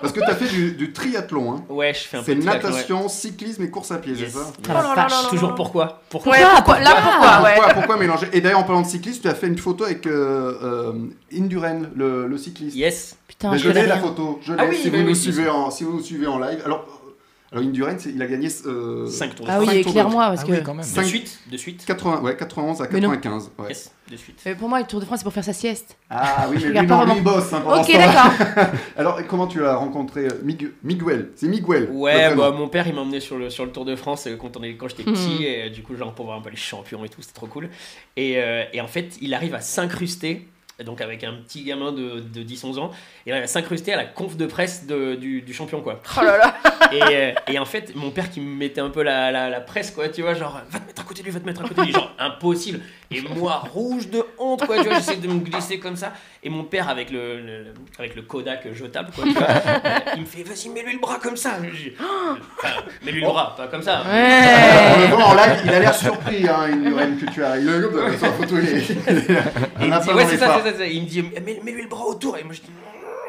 B: Parce que tu as fait du, du triathlon. Hein.
E: Ouais, je fais un peu
B: C'est
E: de triathlon,
B: natation, cyclisme et course à pied,
E: ouais. Yes.
B: c'est ça
E: Yes. Toujours pourquoi Pourquoi
F: Ouais, pourquoi Là,
C: Ah
F: pourquoi ouais.
B: pourquoi, pourquoi mélanger Et d'ailleurs, en parlant de cyclisme, tu as fait une photo avec euh, euh, Induren, le, le cycliste.
E: Yes.
C: Putain,
B: Mais
C: je
B: je l'ai
C: connais
B: la
C: rien.
B: photo, je l'ai
E: Ah oui,
B: si,
E: mais
B: vous nous
E: oui,
B: suivez en, si vous nous suivez en live. Alors, euh, Alors Indurain, c'est- il a gagné euh,
E: 5 tours de
C: Ah oui,
E: France.
B: Cinq
C: éclaire-moi parce
D: Ah
C: que.
D: oui, quand même.
E: De
B: cinq-
E: suite, de suite.
B: 80, ouais, 91 à
C: Mais non.
B: 95. ouais.
E: Yes, de suite.
C: Euh, pour moi, le Tour de France, c'est pour faire sa sieste.
B: Ah oui, mais lui,
C: regarde
B: non,
C: pas
B: lui, il bosse hein, pendant
C: ok,
B: ce temps-là.
C: d'accord.
B: Alors, et comment tu as rencontré euh, Migu- Miguel C'est Miguel. le
E: Ouais,
B: prénom.
E: bah, mon père il m'a emmené sur le, sur le Tour de France euh, quand, on est- quand j'étais
C: Mhm.
E: petit, et, euh, du coup, genre pour voir un peu les champions et tout, c'était trop cool. Et, euh, et en fait, il arrive à s'incruster, donc avec un petit gamin de, de 10-11 ans, il arrive à s'incruster à la conf de presse de- du, du champion, quoi.
F: Oh là là.
E: Et, euh, et en fait, mon père qui me mettait un peu la, la, la presse, quoi, tu vois, genre, va te mettre à côté de lui, va te mettre à côté de lui, genre, impossible. Et moi, rouge de honte, quoi, tu vois, j'essaie de me glisser comme ça. Et mon père, avec le, le- le- avec le Kodak jetable, quoi, tu vois, euh, il me fait, vas-y, mets-lui le bras comme ça. J'ai- Enfin, mets-lui le bras, pas comme ça.
B: Alors, on le
C: Ouais.
B: voit en live, il a l'air surpris, hein, Indurain, que tu arrives. Le gars, sur la photo, il est. il est-
E: Et
B: on
E: il
B: a
E: me dit,
B: pas
E: ouais,
B: dans
E: c'est
B: les
E: ça,
B: phares.
E: c'est ça, c'est ça. Il me dit, mais mets-lui le bras autour. Et moi, je dis, non,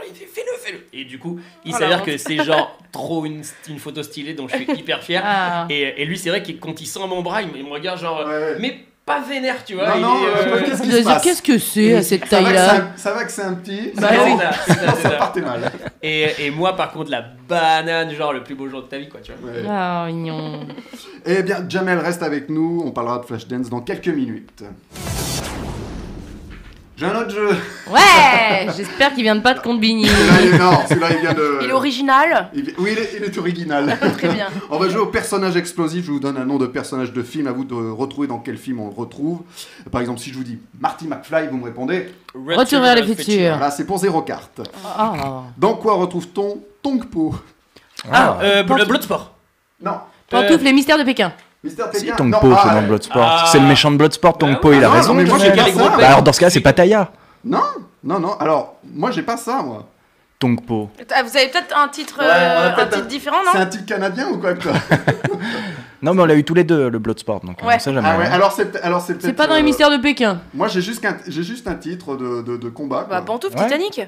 E: il fait, fais-le, fais-le. Et du coup,
F: Oh,
E: il
F: la
E: s'avère
F: honte.
E: que c'est genre trop une, une photo stylée, dont je suis hyper fier.
C: Ah.
E: Et, et lui, c'est vrai que quand il sent mon bras, il me, il me regarde genre,
B: Ouais, ouais.
E: mais pas vénère, tu vois.
B: Non,
E: il
B: non,
E: est,
B: euh, qu'est-ce qui se
C: Il doit dire,
B: passe
C: Qu'est-ce que c'est à cette
B: Ça va que c'est
C: taille-là
B: un- Ça va que c'est un petit.
E: c'est
C: Bah oui.
E: ça, c'est ça, c'est
B: Ça
E: ça.
B: partait mal.
E: Et, et moi, par contre, la banane, genre le plus beau jour de ta vie, quoi, tu vois.
B: Ouais.
C: Ah, mignon.
B: Eh bien, Jamel reste avec nous. On parlera de Flashdance dans quelques minutes. J'ai un autre jeu.
C: Ouais, j'espère qu'il vient de pas de Combini.
B: Celui-là, il est énorme. Celui-là, il vient de.
F: Il est original.
B: Il- Oui, il est, il est original.
F: Très bien.
B: On va jouer au personnage explosif. Je vous donne un nom de personnage de film. À vous de retrouver dans quel film on le retrouve. Par exemple, si je vous dis Marty McFly, vous me répondez.
C: Retour vers le
E: futur.
C: futur.
B: Voilà, c'est pour zéro carte.
C: Ah.
B: Dans quoi retrouve-t-on Tongpo
E: Ah,
D: Ah,
E: euh,
C: Pantoufle.
E: le Bloodsport.
B: Non.
C: Pantoufles, les mystères de Pékin.
B: Mister
D: Si
B: Pékin.
D: Tong
B: non,
D: Po,
B: ah,
D: c'est dans
B: ouais.
D: Bloodsport.
E: Ah.
D: C'est le méchant de Bloodsport, Tong
E: Bah
D: Po,
E: oui.
D: il a
B: Ah non,
D: raison.
B: mais moi,
D: Bah
B: j'ai
E: J'ai
B: pas
E: les gros
B: ça.
E: pères.
D: alors dans ce cas, c'est Pattaya.
B: Non, non, non. Alors, moi, j'ai pas ça, moi.
D: Tong Po.
F: Ah, Vous avez peut-être un titre,
B: Ouais,
F: euh,
B: on a
F: un
B: peut-être
F: titre
B: un-
F: différent,
B: C'est
F: non
B: un type canadien ou quoi que
D: Ah, Non, mais on l'a eu tous les deux, le Bloodsport, donc
F: Ouais.
D: on sait jamais.
B: Ah ouais,
D: hein.
B: alors c'est peut- alors c'est
C: C'est
B: peut-être,
C: pas dans
B: euh,
C: les mystères de Pékin.
B: Moi j'ai juste un j'ai juste un titre de, de, de combat.
F: Bah,
B: quoi.
F: pantoufle
D: Ouais.
F: Titanic.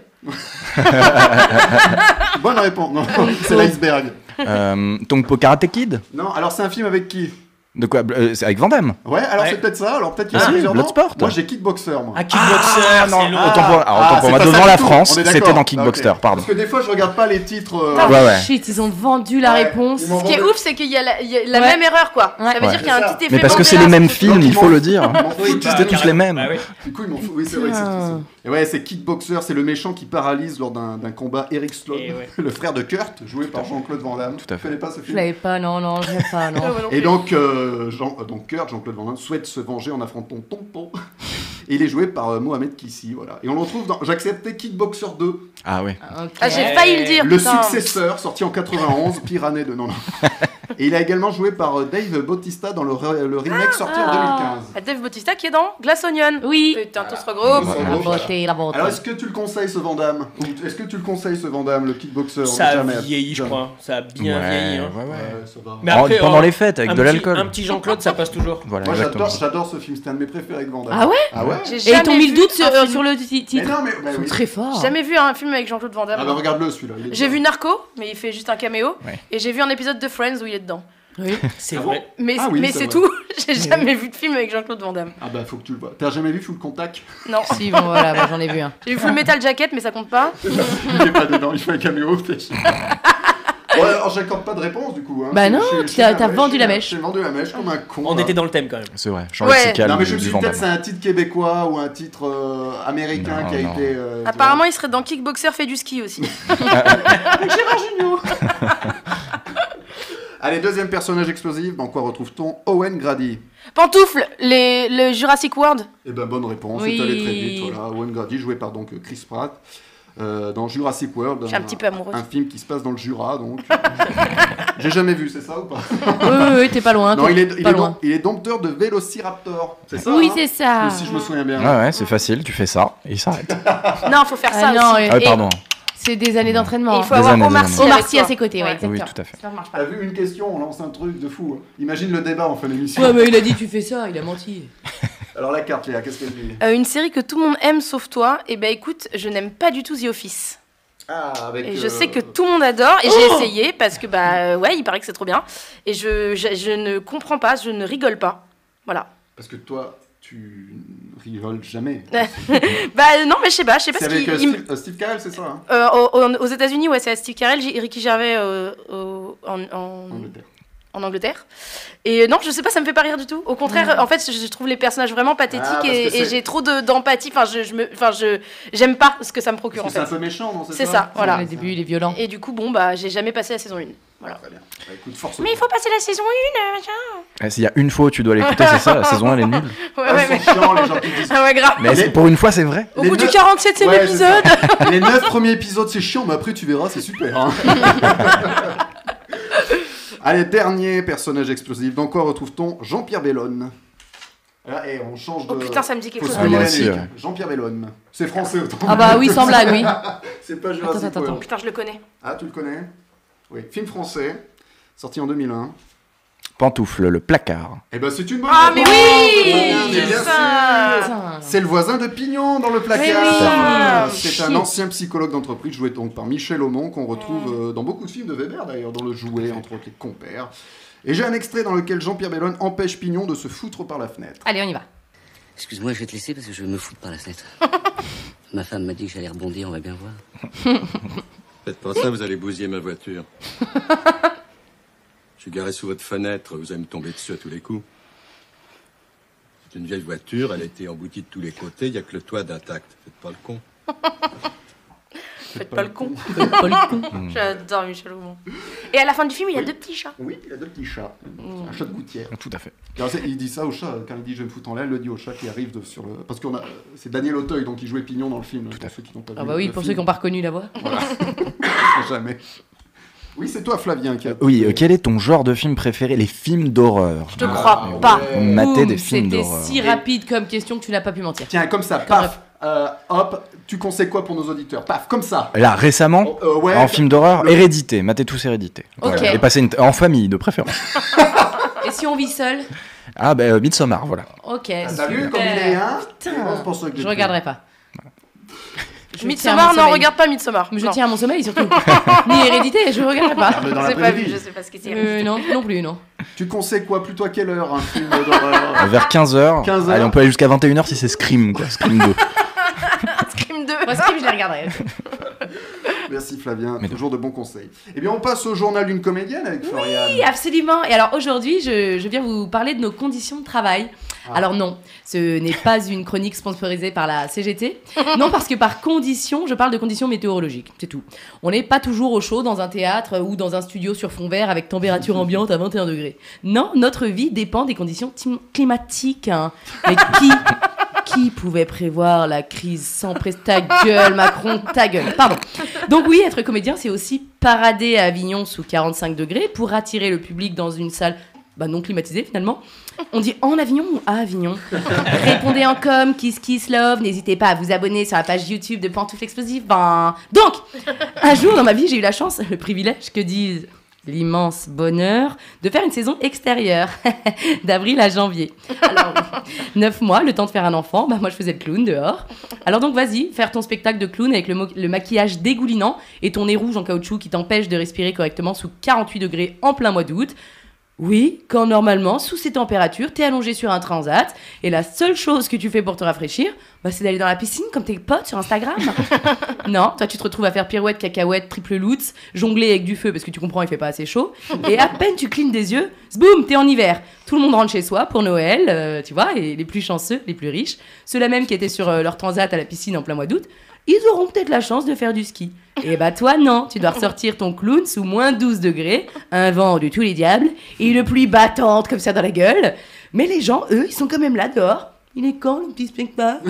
B: Bonne réponse. Non, c'est l'iceberg.
D: Euh, Tong Po Karate Kid
B: Non, alors c'est un film avec qui
D: De quoi Bl- euh, C'est avec Van Damme.
B: Ouais, alors
E: Ouais.
B: c'est peut-être ça. Alors peut-être qu'il y a
D: Ah,
B: plusieurs noms.
D: Bloodsport.
B: Moi j'ai kickboxer moi. Ah,
E: Ah, Kickboxer, c'est
D: Autant
E: long.
D: pour, alors, autant
B: c'est
D: pour moi,
B: pas ça
D: devant
B: du
D: la
B: tout.
D: France,
B: On est
D: c'était
B: d'accord.
D: dans Kickboxer,
B: Ah, ok.
D: pardon.
B: Parce que des fois je regarde pas les titres. euh,
F: Ah,
D: Ouais, ouais.
C: Oh, Shit, ils ont vendu la
B: Ouais,
C: réponse.
B: ils m'ont
F: Ce qui est
B: vendu-
F: ouf, c'est qu'il y a la, il y a la
C: Ouais.
F: même erreur, quoi. Ça veut
D: Ouais.
F: dire qu'il y a
B: C'est
F: un
B: ça.
F: petit effet.
D: Mais parce que c'est les
F: Mandela
D: mêmes
F: sur ce
D: films,
B: Donc,
D: il
B: ils
D: faut
B: m'ont-
D: le dire.
B: ils m'en foutent,
E: Oui, bah,
D: C'était tous les mêmes.
E: bah ouais.
B: Du coup ils m'en foutent. Oui c'est vrai. c'est- c'est-
C: Putain.
B: c'est- Et ouais c'est kickboxer, c'est le méchant qui paralyse lors d'un d'un combat Eric Sloan,
E: Et ouais.
B: le frère de Kurt, joué par Jean-Claude Van Damme.
D: Tout à fait.
B: Tu connais pas ce
C: Je
B: film
C: l'avais pas, non, non, je l'ai pas,
F: film.
C: non.
F: Ouais, ouais, non
B: Et
F: plus.
B: donc, euh, Jean, euh, donc Kurt, Jean-Claude Van Damme, souhaite se venger en affrontant Tonton. Et il est joué par euh, Mohamed Kissi, voilà. Et on le retrouve dans J'acceptais Kickboxer 2,
D: Ah ouais.
C: Ok.
F: Ah, j'ai failli le dire.
B: le
F: putain.
B: successeur, sorti en 91, Piranha de... Non, non. Et il a également joué par euh, Dave Bautista dans le, re- le remake sorti
C: Ah.
B: en 2015.
F: Ah, Dave Bautista qui est dans Glass Onion.
C: Oui.
F: Putain, tout se
B: Ils
F: regroupe.
B: sont
C: La
B: beaux, voilà.
C: beauté, la beauté.
B: Alors, est-ce que tu le conseilles, ce Van Damme Ou Est-ce que tu le conseilles, ce Van Damme, le kickboxer
E: Ça a
B: Jamais.
E: vieilli, je
B: Jamais.
E: crois. Ça a bien
D: Euh, Ouais,
E: vieilli. hein.
D: ouais, ouais.
B: Ouais, ça va.
E: Mais
D: En-
E: après,
D: pendant
E: oh,
D: les fêtes, avec
E: un
D: de
E: petit-
D: l'alcool.
E: Un petit Jean-Claude, ça passe toujours.
D: Voilà,
B: Moi,
D: exactement.
B: j'adore j'adore ce film, c'est un de mes préférés avec Van Damme.
C: Ah ouais
B: Ah ouais
F: J'ai
C: Et
F: jamais
C: ils t'ont mis le
F: vu
C: doute
F: un
C: sur, euh,
F: film-
C: sur le ti-
B: Mais
C: titre.
B: non, mais... bah
C: Ils sont
B: oui.
C: très forts.
F: Jamais vu un film avec Jean-Claude Van Damme.
B: Ah bah regarde-le, celui-là. il est
F: J'ai
B: bien.
F: vu Narco, mais il fait juste un caméo.
D: Ouais.
F: Et j'ai vu un épisode de Friends où il est dedans.
C: Oui.
E: C'est
B: Ah
E: vrai.
F: Mais,
B: Ah oui,
F: mais
B: c'est
F: c'est
B: vrai.
F: tout. J'ai jamais vu de film avec Jean-Claude Van Damme.
B: Ah bah faut que tu le vois. T'as jamais vu Full Contact
F: Non.
C: Si, bon, voilà, moi, j'en ai vu un.
F: J'ai vu Full Metal Jacket, mais ça compte pas.
B: Il est pas dedans, il fait un caméo. peut-être. ouais, alors j'accorde pas de réponse du coup. Hein.
C: Bah
B: Je-
C: non,
B: je-
C: tu
B: je-
C: t'as-
B: je-
C: t'as
B: je-
C: vendu la mèche.
B: J'ai vendu la mèche comme un con.
E: On
B: là.
E: était dans le thème quand même.
D: C'est vrai. Jean-Luc
F: Ouais.
D: Sical
B: Non mais je
D: du-
B: me
D: du
B: suis dit
D: Van
B: peut-être c'est
D: Damme.
B: un titre québécois ou un titre euh, américain
D: Non,
B: qui a
D: non.
B: été. euh, tu
F: Apparemment, il serait dans Kickboxer fait du ski aussi.
B: vois. Allez deuxième personnage explosif. Dans quoi retrouve-t-on Owen Grady
F: Pantoufle, les, le Jurassic World.
B: Eh ben bonne réponse.
C: Oui.
B: C'est allé très vite. Voilà. Owen Grady joué par donc Chris Pratt euh, dans Jurassic World.
F: Je suis un petit peu amoureuse.
B: Un film qui se passe dans le Jura donc. J'ai jamais vu, c'est ça ou pas
C: Oui, oui, oui, t'es pas loin.
B: Non,
C: t'es
B: il est, il
C: pas
B: est
C: loin.
B: dom- il est dompteur de Vélociraptor. C'est ça
C: Oui,
B: hein
C: c'est ça.
B: Si je me souviens bien.
D: Ouais, ouais, c'est facile, tu fais ça, et il s'arrête.
F: Non, faut faire ça
C: Ah non,
F: aussi.
C: et-
D: Ah ouais, pardon.
C: c'est des années
F: Et
C: d'entraînement.
F: il faut
D: Des
F: avoir
D: années,
F: Omar
D: des
F: Sy.
C: Omar
F: avec
C: Sy ah,
F: toi.
C: à ses côtés, ouais,
F: Ouais.
C: exactement.
D: Oui, tout à fait.
C: Ça ne marche pas.
B: T'as vu une question, on lance un truc de fou. hein. Imagine le débat, on fait l'émission.
C: Ouais, mais il a dit tu fais ça, il a menti.
B: Alors la carte, Léa, qu'est-ce qu'elle dit
F: Euh, une série que tout le monde aime sauf toi, et ben écoute, je n'aime pas du tout The Office.
B: Ah, avec.
F: Et
B: euh,
F: je sais que tout le monde adore, et
C: Oh
F: j'ai essayé parce que bah euh, ouais, il paraît que c'est trop bien. Et je, je, je ne comprends pas, je ne rigole pas. Voilà.
B: Parce que toi, tu rigoles jamais.
F: Bah non, mais je sais pas, je sais pas
B: C'est
F: ce
B: avec
F: qu'il.
B: euh,
F: il me-
B: Steve, euh, Steve Carell, c'est ça hein
F: Euh, au- au- aux États-Unis, ouais, c'est à Steve Carell, J- Ricky Gervais euh, au- en, en-
B: Angleterre.
F: en Angleterre. Et euh, non, je sais pas, ça me fait pas rire du tout. Au contraire, en fait, je, je trouve les personnages vraiment pathétiques
B: Ah, parce
F: et,
B: que
F: et
B: c'est-
F: j'ai trop de- d'empathie. Enfin, je, je me, enfin, je, j'aime pas ce que ça me procure
B: Parce
F: en
B: que c'est
F: fait.
B: un peu méchant, non
F: C'est ça, voilà.
C: Le début, il est violent.
F: Et du coup, bon, bah, j'ai jamais passé la saison 1. Voilà.
B: Très bien. Bah, écoute, force.
F: Mais il faut passer la saison 1, machin.
D: Eh, S'il y a une fois où tu dois l'écouter, c'est ça, la saison 1 elle est nulle.
F: Ouais,
B: Ah,
F: ouais,
B: ils sont
F: mais-
B: chiants, les gens qui disent.
F: Ah ouais, grave.
D: Mais est-ce que pour une fois, c'est vrai.
F: Au
B: Les
F: bout du
B: neuf-
F: 47 e
B: Ouais, c'est ça.
F: épisode.
B: Les 9 premiers épisodes, c'est chiant, mais après, tu verras, c'est super. hein. Allez, dernier personnage explosif. Dans quoi retrouve-t-on Jean-Pierre Bellone Là, eh, on change de.
F: Oh putain, ça me dit quelque
B: Faut se
F: chose.
D: Ah,
B: payer
D: moi
B: la
D: aussi,
B: musique.
D: ouais.
B: Jean-Pierre Bellone. C'est français autant.
C: Ah bah oui, sans blague, oui.
B: C'est pas Jurassic
C: Attends, attends,
B: World.
C: attends.
F: Oh, Putain, je le connais.
B: Ah, tu le connais Oui. Film français, sorti en 2001.
D: Pantoufle, le placard.
B: Eh ben, c'est une bonne
F: Ah, mais
B: réponse.
F: oui
B: Mais
F: C'est
B: bien
F: ça
C: Putain.
B: C'est le voisin de Pignon dans le
F: Mais
B: placard.
F: oui.
B: C'est
C: Shit.
B: un ancien psychologue d'entreprise joué donc par Michel Aumont qu'on retrouve euh, dans beaucoup de films de Weber d'ailleurs, dans Le Jouet, entre autres les compères. Et j'ai un extrait dans lequel Jean-Pierre Bellone empêche Pignon de se foutre par la fenêtre.
C: Allez, on y va.
G: Excuse-moi, je vais te laisser parce que je vais me foutre par la fenêtre. Ma femme m'a dit que j'allais rebondir, on va bien voir.
H: Faites pas ça, vous allez bousiller ma voiture. Je suis garé sous votre fenêtre, vous allez me tomber dessus à tous les coups. C'est une vieille voiture, elle a été emboutie de tous les côtés, il n'y a que le toit d'intact. Faites pas le con.
F: Faites pas le con. J'adore Michel Aumont. Et à la fin du film, il y a deux petits chats.
B: Oui, il a deux petits chats.
F: Mm.
B: Un chat de gouttière.
D: Tout à fait.
B: Alors, c'est- il dit ça au chat, quand il dit je vais me foutre en l'air, il le dit au chat qui arrive de- sur le. Parce que c'est Daniel Auteuil donc il jouait Pignon dans le film. Tout à ceux qui n'ont pas
C: Ah
B: vu
C: bah oui,
B: le
C: pour ceux
B: film.
C: qui n'ont pas reconnu la voix.
B: Jamais. Oui, c'est toi Flavien qui a.
D: Oui, euh, quel est ton genre de film préféré Les films d'horreur. Ah,
F: Je te crois pas.
D: Mater
C: Boum,
D: des films
C: C'était
D: d'horreur.
C: si rapide comme question que tu n'as pas pu mentir.
B: Tiens, comme ça, paf, euh, hop, tu conseilles quoi pour nos auditeurs Paf, comme ça.
D: Là, récemment,
B: Oh, euh, ouais,
D: en film d'horreur,
B: le-
D: Hérédité. Matez tous Hérédité.
C: Ok.
D: Et passez une t- en famille, de préférence.
C: Et si on vit seul
D: Ah, ben, euh, Midsommar, voilà.
C: Ok.
B: Ah,
D: Eh,
B: T'as vu
C: super.
B: comme il est, hein
C: Putain.
B: Et on se pense que-
C: Je regarderai pas. Je tiens à
F: Midsommar,
C: mon
F: non,
C: sommeil.
F: regarde pas Midsommar.
C: Mais Je
F: non.
C: tiens à mon sommeil surtout. Ni hérédité, je regarderai pas.
B: Regarde dans
F: J'ai pas vu,
B: l'après-midi.
F: je sais pas ce que c'est.
C: Euh, non, non plus, non.
B: Tu conseilles quoi Plutôt à quelle heure un film d'horreur
D: Vers 15h.
B: 15 heures.
D: Allez, on peut aller jusqu'à 21h si c'est Scream, quoi. Scream 2.
F: Scream 2.
C: Moi, Scream, je les regarderai.
B: Merci Flavien,
D: Mais non.
B: toujours de bons conseils. Eh bien, on passe au journal d'une comédienne avec Floriane.
C: Oui, absolument. Et alors aujourd'hui, je, je viens vous parler de nos conditions de travail.
B: Ah.
C: Alors non, ce n'est pas une chronique sponsorisée par la CGT. Non, parce que par conditions, je parle de conditions météorologiques, c'est tout. On n'est pas toujours au chaud dans un théâtre ou dans un studio sur fond vert avec température ambiante à 21 degrés. Non, notre vie dépend des conditions tim- climatiques. hein. Mais qui qui pouvait prévoir la crise sans presse ta gueule, Macron, ta gueule. Pardon. Donc oui, être comédien, c'est aussi parader à Avignon sous 45 degrés pour attirer le public dans une salle bah, non climatisée finalement. On dit en Avignon ou à Avignon Répondez en com, kiss kiss love, n'hésitez pas à vous abonner sur la page YouTube de Pantoufle Explosive. Ben... Donc, un jour dans ma vie, j'ai eu la chance, le privilège que disent l'immense bonheur de faire une saison extérieure d'avril à janvier. Alors, 9 mois, le temps de faire un enfant, bah moi je faisais le clown dehors. Alors donc vas-y, faire ton spectacle de clown avec le, mo- le maquillage dégoulinant et ton nez rouge en caoutchouc qui t'empêche de respirer correctement sous 48 degrés en plein mois d'août. Oui, quand normalement, sous ces températures, t'es allongé sur un transat et la seule chose que tu fais pour te rafraîchir, bah, c'est d'aller dans la piscine comme tes potes sur Instagram. non, toi tu te retrouves à faire pirouette, cacahuète, triple lutz, jongler avec du feu parce que tu comprends il fait pas assez chaud et à peine tu clignes des yeux, boum, t'es en hiver. Tout le monde rentre chez soi pour Noël, euh, tu vois, et les plus chanceux, les plus riches, ceux-là même qui étaient sur euh, leur transat à la piscine en plein mois d'août, ils auront peut-être la chance de faire du ski. Et bah toi non, tu dois ressortir ton clown sous moins 12 degrés, un vent de tous les diables, et une pluie battante comme ça dans la gueule. Mais les gens, eux, ils sont quand même là dehors. Il est quand le petit spectacle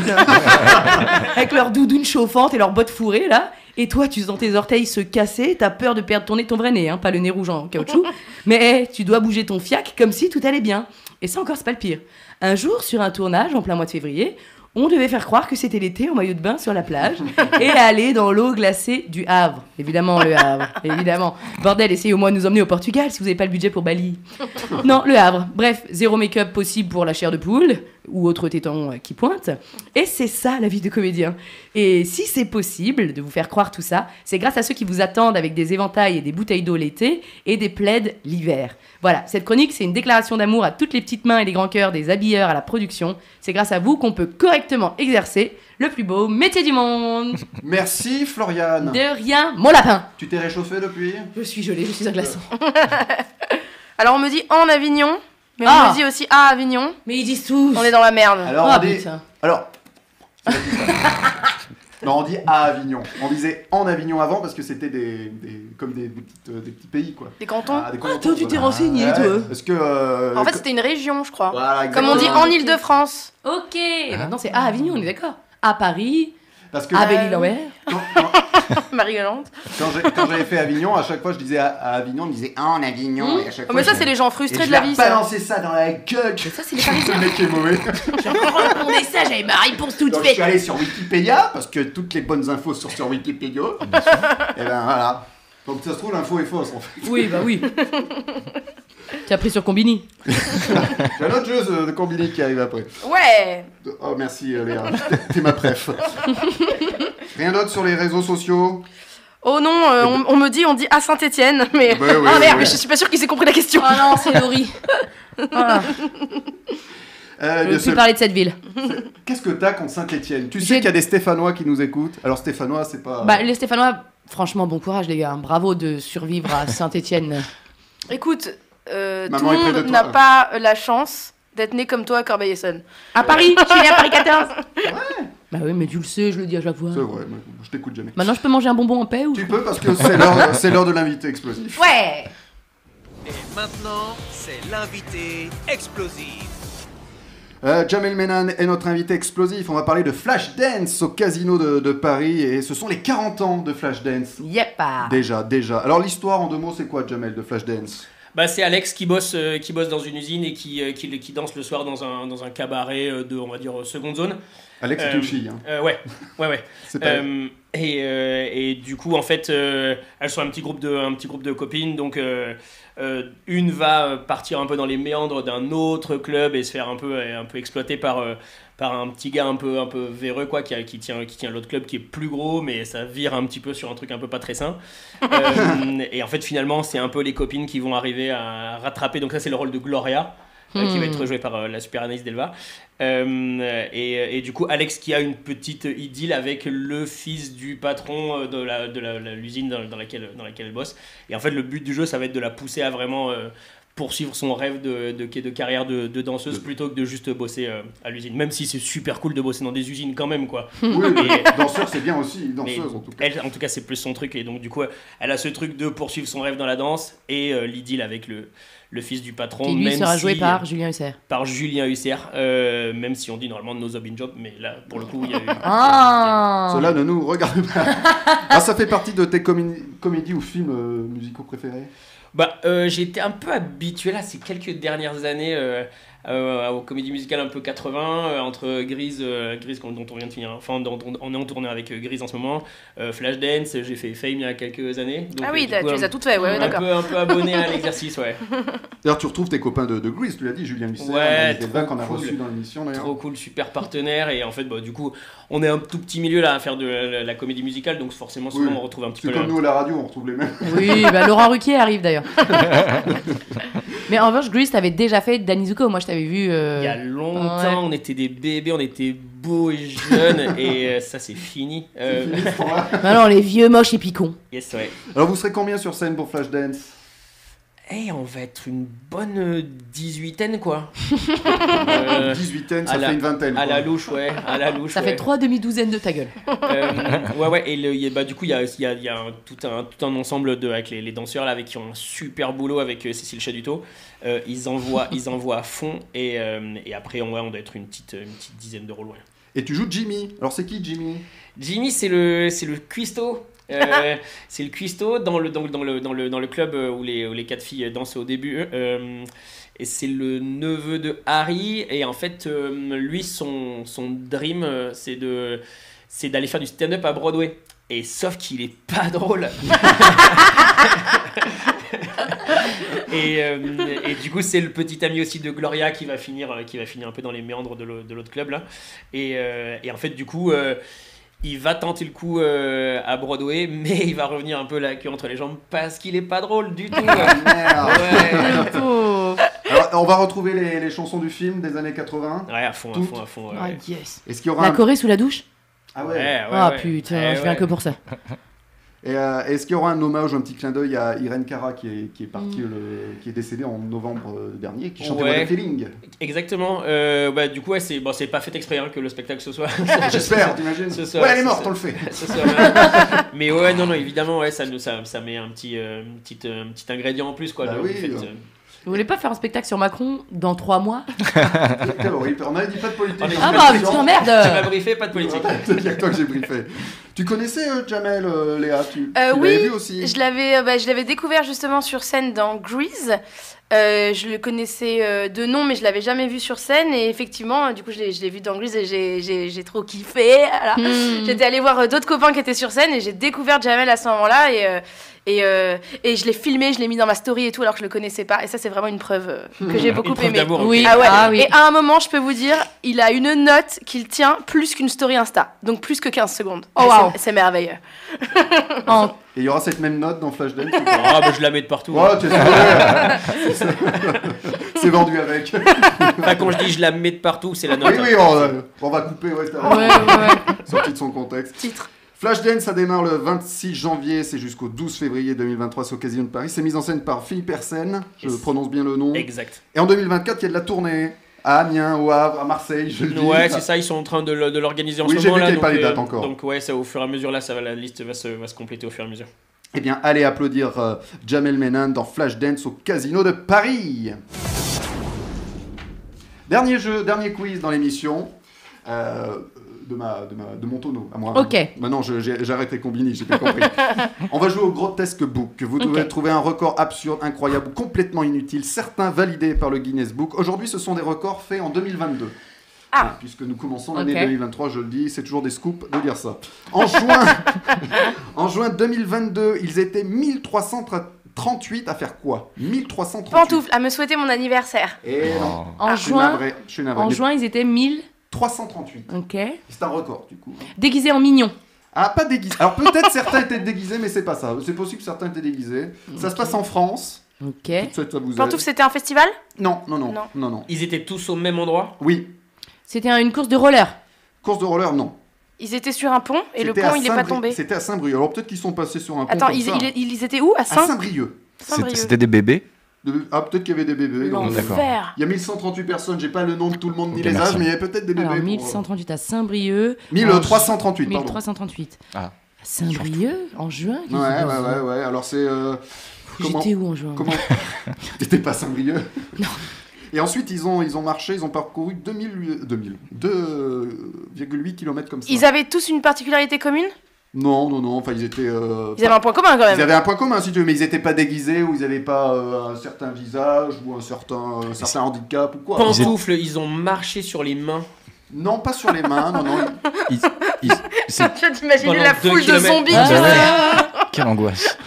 C: Avec leur doudoune chauffante et leurs bottes fourrées là. Et toi, tu sens tes orteils se casser, t'as peur de perdre ton nez, ton vrai nez, hein, pas le nez rouge en caoutchouc. Mais hey, tu dois bouger ton fiac comme si tout allait bien. Et ça encore, c'est pas le pire. Un jour, sur un tournage en plein mois de février, on devait faire croire que c'était l'été en maillot de bain sur la plage et aller dans l'eau glacée du Havre. Évidemment, le Havre, évidemment. Bordel, essayez au moins de nous emmener au Portugal si vous n'avez pas le budget pour Bali. Non, le Havre. Bref, zéro make-up possible pour la chair de poule. ou autre téton euh, qui pointe. Et c'est ça la vie de comédien. Et si c'est possible de vous faire croire tout ça, c'est grâce à ceux qui vous attendent avec des éventails et des bouteilles d'eau l'été et des plaides l'hiver. Voilà, cette chronique, c'est une déclaration d'amour à toutes les petites mains et les grands cœurs des habilleurs à la production. C'est grâce à vous qu'on peut correctement exercer le plus beau métier du monde.
B: Merci Floriane.
C: De rien, mon lapin.
B: Tu t'es réchauffé depuis
C: Je suis gelée, je suis un glaçon.
F: Alors on me dit oh, en Avignon, mais
C: Ah.
F: on me dit aussi à Avignon.
C: Mais ils disent tous.
F: On est dans la merde.
B: Alors
C: Ah,
B: on dit.
C: putain.
B: Alors. c'est pas dit ça. Non, on dit à Avignon. On disait en Avignon avant parce que c'était des, des- comme des, des petites- euh, des petits pays quoi.
F: Des cantons.
B: Ah, des
C: Ah,
B: cantons,
C: toi, tu t'es
B: voilà.
C: renseigné,
B: Ouais,
C: toi.
B: Parce que. euh,
F: en fait,
B: co-
F: c'était une région, je crois.
B: voilà,
F: Comme on dit
B: exactement.
F: en Île-de-France.
C: Ok, maintenant Hein c'est à Avignon, on est d'accord. À Paris,
B: Parce que
C: à
F: Avignon.
C: Belle-Île-en-Mer.
B: quand, quand-
F: Marie-Galante.
B: quand j'ai- quand j'avais fait Avignon, à chaque fois je disais à, à Avignon, on me disait en Avignon. Et à chaque
F: Oh,
B: fois,
F: mais ça,
B: je-
F: c'est les gens
B: et
F: frustrés
B: je
F: de la
B: leur
F: vie. Ça.
B: balançais ça dans la gueule.
C: Mais ça, c'est les Parisiens.
B: Le mec est mauvais.
C: On est ça, j'avais ma réponse toute
B: Donc, je
C: faite.
B: suis allé sur Wikipédia parce que toutes les bonnes infos sont sur Wikipédia. et ben voilà. Donc ça se trouve l'info est fausse en fait.
C: Oui, bah oui. tu as pris sur Combini.
B: J'ai un autre jeu euh, de combiné qui arrive après.
F: Ouais.
B: Oh merci euh, Léa, t'es ma préf. Rien d'autre sur les réseaux sociaux
F: Oh non, euh, on, on me dit, on dit à Saint-Étienne, mais.
B: Bah oui,
F: ah merde,
B: oui.
F: mais je suis pas sûre qu'ils aient compris la question.
C: Oh non, c'est Laurie.
B: Euh,
C: Je
B: bien
C: ne
B: sûr.
C: plus parler de cette ville.
B: Qu'est-ce que t'as contre Saint-Etienne Tu sais
C: J'ai-
B: qu'il y a des Stéphanois qui nous écoutent. Alors Stéphanois, c'est pas...
C: Bah, les Stéphanois, franchement, bon courage, les gars. Bravo de survivre à Saint-Etienne.
F: Écoute, euh, tout
B: Maman
F: le
B: est près de
F: monde
B: toi.
F: n'a pas euh, la chance d'être né comme toi à Corbeil-Essonne.
C: À Paris, je suis née à Paris 14. Bah oui, mais tu le sais, je le dis à chaque fois.
B: C'est vrai, mais je t'écoute jamais.
C: Maintenant, je peux manger un bonbon en paix ou
B: Tu peux parce que c'est l'heure c'est l'heure de l'invité explosif.
C: Ouais
A: Et maintenant, c'est l'invité explosif.
B: Euh, Jamel Menan est notre invité explosif. On va parler de Flash Dance au casino de, de Paris et ce sont les 40 ans de Flash Dance.
C: Yep
B: Déjà, déjà. Alors l'histoire en deux mots, c'est quoi Jamel de Flash Dance
E: Bah, c'est Alex qui bosse, euh, qui bosse dans une usine et qui, euh, qui, qui danse le soir dans un, dans un cabaret euh, de, on va dire, euh, seconde zone.
B: Alex est
E: Euh,
B: une fille. hein.
E: Euh, ouais, ouais, ouais.
B: C'est pas...
E: Euh, et, euh, et du coup, en fait, euh, elles sont un petit groupe de, un petit groupe de copines. Donc, euh, euh, une va euh, partir un peu dans les méandres d'un autre club et se faire un peu, euh, un peu exploiter par, euh, par un petit gars un peu, un peu véreux, quoi, qui, a- qui tient, qui tient l'autre club qui est plus gros, mais ça vire un petit peu sur un truc un peu pas très sain. Euh, et en fait, finalement, c'est un peu les copines qui vont arriver à rattraper. Donc, ça, c'est le rôle de Gloria. euh, qui va
C: Hmm.
E: être joué par euh, la super analyse d'Elva. Euh, et, et du coup, Alex qui a une petite idylle avec le fils du patron euh, de la- de la- la- l'usine dans, dans laquelle, dans laquelle elle bosse. Et en fait, le but du jeu, ça va être de la pousser à vraiment euh, poursuivre son rêve de, de, de carrière de, de danseuse plutôt que de juste bosser euh, à l'usine. Même si c'est super cool de bosser dans des usines quand même, quoi.
B: Oui, mais
E: Mais-
B: danseur, c'est bien aussi.
E: Mais
B: Danseuse, en tout cas.
E: elle, en tout cas, c'est plus son truc. Et donc, du coup, elle a ce truc de poursuivre son rêve dans la danse et euh, l'idylle avec le, le fils du patron.
C: Qui lui
E: même
C: sera joué
E: si- euh,
C: par Julien Husser.
E: par Julien Husser, euh, même si on dit normalement No Zob in Job, mais là, pour le coup, il y a eu.
C: Ah
B: Cela ne nous regarde pas. ah, ça fait partie de tes comi- comédies ou films euh, musicaux préférés
E: Bah, euh, j'ai été un peu habitué là ces quelques dernières années euh, euh, aux comédies musicales un peu 80, euh, entre Grise, euh, Grise qu'on- dont on vient de finir, enfin, dont on, on est en tournée avec euh, Grise en ce moment, euh, Flashdance, j'ai fait Fame il y a quelques années. Donc,
F: ah
E: euh,
F: oui,
E: du
F: t'as-
E: coup,
F: tu
E: un-
F: les as toutes faites, ouais, ouais,
E: un
F: d'accord.
E: peu, un peu abonné à l'exercice, ouais.
B: D'ailleurs, tu retrouves tes copains de, de Grease, tu l'as dit, Julien Lucet,
E: Ouais, trop
B: qu'on a
E: cool.
B: reçu dans l'émission d'ailleurs.
E: Trop cool, super partenaire. Et en fait, bah, du coup, on est un tout petit milieu là à faire de la, la- la comédie musicale, donc forcément, souvent,
B: Oui.
E: on retrouve un petit
B: C'est
E: peu
B: comme
E: la-
B: nous à la radio, on retrouve les mêmes.
C: Oui, bah Laurent Ruquier arrive d'ailleurs. Mais en revanche, Grease, t'avais déjà fait Danny Zuko. Moi, je t'avais vu. euh,
E: Il y a longtemps, on était des bébés, on était beaux et jeunes, et euh, ça c'est fini. Euh,
B: C'est fini, ce temps-là.
C: Maintenant, les vieux moches et picons.
E: yes, ouais.
B: Alors, vous serez combien sur scène pour Flashdance
E: Eh, on va être une bonne euh, dix-huitaine, quoi. Euh,
B: 18 aine ça
E: à la-
B: fait une vingtaine.
E: à
B: quoi.
E: la louche, ouais. À la louche,
C: Ça
E: ouais.
C: fait trois demi-douzaines de ta gueule.
E: Euh, ouais, ouais, et le- y a- bah, du coup, il y a, il y a- il y a un- tout, un, tout un ensemble de, avec les, les danseurs là, avec qui ont un super boulot avec euh, Cécile Chaduto. Euh, ils, envoient, ils envoient à fond, et, euh, et après, on, ouais, on doit être une petite, une petite dizaine de rôles, ouais.
B: Et tu joues Jimmy. Alors, c'est qui Jimmy
E: Jimmy, c'est le, c'est le cuistot. Euh, c'est le cuistot dans le, dans, le- dans, le, dans, le, dans le club euh, où les, où les quatre filles dansent au début. Euh, et c'est le neveu de Harry. Et en fait, euh, lui, son, son dream, euh, c'est de c'est d'aller faire du stand-up à Broadway. Et sauf qu'il est pas drôle. Et, euh, et du coup, c'est le petit ami aussi de Gloria qui va finir, euh, qui va finir un peu dans les méandres de l'au- de l'autre club là. Et, euh, et en fait, du coup, euh, il va tenter le coup euh, à Broadway, mais il va revenir un peu la queue entre les jambes parce qu'il est pas drôle du tout.
B: Merde.
E: Ouais.
C: Le pauvre.
B: Alors, on va retrouver les, les chansons du film des années 80.
E: Ouais, à fond, à fond, à fond. ouais, ouais.
C: Ah, yes.
B: Est-ce qu'il y aura
C: La
B: un-
C: Corée sous la douche
B: Ah
E: Ouais,
B: ouais.
E: ouais,
C: Ah
E: ouais.
C: putain,
E: Ouais,
C: je viens
E: ouais.
C: que pour ça.
B: Et euh, est-ce qu'il y aura un hommage, un petit clin d'œil à Irene Cara qui est, qui est partie, le- qui est décédée en novembre euh, dernier, qui chantait
E: Ouais.
B: What a Feeling
E: Exactement. Euh, bah, du coup, ouais, c'est bon, c'est pas fait exprès hein, que le spectacle ce soit.
B: J'espère, t'imagines
E: Ce soir,
B: Ouais, elle est
E: ce
B: morte,
E: soir.
B: on le fait.
E: Ce soir, hein. Mais ouais, non, non, évidemment, ouais, ça, nous- ça, ça met un petit, euh, une petite, euh, un petit ingrédient en plus, quoi.
B: Bah
E: de-
B: oui.
E: du fait, euh,
C: Vous voulez pas faire un spectacle sur Macron dans trois mois
B: Quelle horrible. On avait dit pas de politique.
E: On est-
C: Ah bah
B: mais
C: putain,
E: Tu m'as
C: merde
E: euh, briefé, pas de politique.
B: Il y a que toi que j'ai briefé. Tu connaissais euh, Jamel, euh, Léa Tu,
F: Euh,
B: tu
F: oui,
B: l'avais vu aussi
F: Je l'avais, euh, bah, je l'avais découvert justement sur scène dans Grease. Euh, je le connaissais euh, de nom, mais je l'avais jamais vu sur scène. Et effectivement, euh, du coup, je l'ai, je l'ai vu dans Grease et j'ai, j'ai- j'ai trop kiffé. Voilà.
C: Hmm.
F: J'étais allée voir euh, d'autres copains qui étaient sur scène et j'ai découvert Jamel à ce moment-là. Et, euh, et, euh, et je l'ai filmé, je l'ai mis dans ma story et tout, alors que je le connaissais pas. Et ça, c'est vraiment une preuve euh, que j'ai beaucoup
E: Mm. Une preuve
F: aimée.
E: d'amour, ok.
C: Oui,
F: Ah ouais.
C: ah oui.
F: Et à un moment, je peux vous dire, il a une note qu'il tient plus qu'une story Insta, donc plus que 15 secondes. Et
C: Oh,
F: c'est-
C: waouh.
F: c'est, merveilleux.
C: En-
B: Et il y aura cette même note dans Flashdance ou pas
E: Ah, bah, je la mets de partout.
B: Oh, t'es sauvé. hein. C'est vendu avec. Oui,
E: Enfin, quand je dis je la mets de partout, c'est la note.
B: oui, on, euh, on va couper, ouais,
C: Ouais, ouais, ouais.
B: sorti de son contexte.
F: Titre.
B: Flashdance, ça démarre le 26 janvier, c'est jusqu'au 12 février 2023, c'est au Casino de Paris. C'est mis en scène par Philippe Hersen, je
E: Yes.
B: prononce bien le nom.
E: Exact.
B: Et en 2024, il y a de la tournée à Amiens, au Havre, à Marseille, je le dis.
E: Ouais, c'est ça, ils sont en train de, le- de l'organiser en
B: Oui,
E: ce
B: j'ai vu
E: moment. là,
B: qu'il y avait pas
E: donc,
B: les dates
E: euh,
B: encore.
E: Donc, ouais, ça, au fur et à mesure, là, ça va, la liste va se, va se compléter au fur et à mesure.
B: Eh bien, allez applaudir euh, Jamel Menan dans Flashdance au Casino de Paris. Dernier jeu, dernier quiz dans l'émission. euh, de, ma, de, ma- de mon tonneau, à moi.
C: Ok.
B: Maintenant, je- j'ai j'ai arrêté Combini, j'ai bien compris. On va jouer au Grotesque Book. Vous devez
C: Ok.
B: trouver un record absurde, incroyable, ou complètement inutile, certains validés par le Guinness Book. Aujourd'hui, ce sont des records faits en 2022.
F: Ah.
B: Et Puisque nous commençons l'année
C: Ok.
B: 2023, je le dis, c'est toujours des scoops de dire ça. En juin, en juin 2022, ils étaient 1338 à faire quoi 1338.
F: Pantoufle, à me souhaiter mon anniversaire.
B: Et Eh non. Ah,
D: Oh.
C: En
B: Je suis
C: juin,
B: navré, je suis navré.
C: en
B: Mais
C: juin, ils étaient 1000.
B: 338.
C: Ok.
B: C'est un record du coup.
C: Déguisés en mignons.
B: Ah, pas déguisé. Alors peut-être certains étaient déguisés, mais c'est pas ça. C'est possible que certains étaient déguisés. Ça se passe en France.
C: Ok.
B: Ça, ça vous
F: Pantoufle, c'était un festival
B: Non, non, non,
F: Non.
B: non, non.
E: Ils étaient tous au même endroit.
B: Oui.
C: C'était un- une course de roller.
B: Course de roller, non.
F: Ils étaient sur un pont et le
B: C'était
F: pont,
B: à
F: il est pas
B: Saint-Bri-
F: tombé.
B: C'était à Saint-Brieuc. Alors peut-être qu'ils sont passés sur un pont
F: Attends,
B: comme
F: ils,
B: ça.
F: ils- ils étaient où À
B: À
F: Saint
B: Saint-Brieuc.
D: C'était-
F: Saint-Brieuc.
D: C'était des bébés
B: De- Ah, peut-être qu'il y avait des bébés.
C: Non,
B: donc-
D: D'accord.
F: L'enfer.
B: Il y a 1138 personnes, j'ai pas le nom de tout le monde ni
D: Ok,
B: les
D: merci.
B: âges, mais il y a peut-être des bébés.
C: Alors,
B: pour- euh,
C: 1138 à Saint-Brieuc. En
B: 1338, pardon.
C: 1338.
D: Ah.
C: À Saint-Brieuc, en juin
B: Ouais, ouais, ouais, ouais. Alors c'est. euh, comment
C: J'étais où en juin
B: Comment T'étais pas Saint-Brieuc Et ensuite, ils ont, ils ont marché, ils ont parcouru 2000, 2000, 2,8 km comme ça.
F: Ils avaient tous une particularité commune
B: Non, non, non, enfin, ils étaient. euh,
F: Ils avaient un point commun quand
B: ils
F: même.
B: avaient un point commun, si tu veux, mais ils n'étaient pas déguisés ou ils n'avaient pas euh, un certain visage ou un certain, un certain handicap ou quoi.
E: Pantoufles, ils ont marché sur les mains.
B: Non, pas sur les mains, non, non.
D: Ils- ils- c'est-
F: Tu viens d'imaginer
E: Pendant
F: la
E: deux
F: foule de
E: kilomètres.
F: zombies.
D: Ah,
F: qui-
D: bah ouais. Quelle angoisse.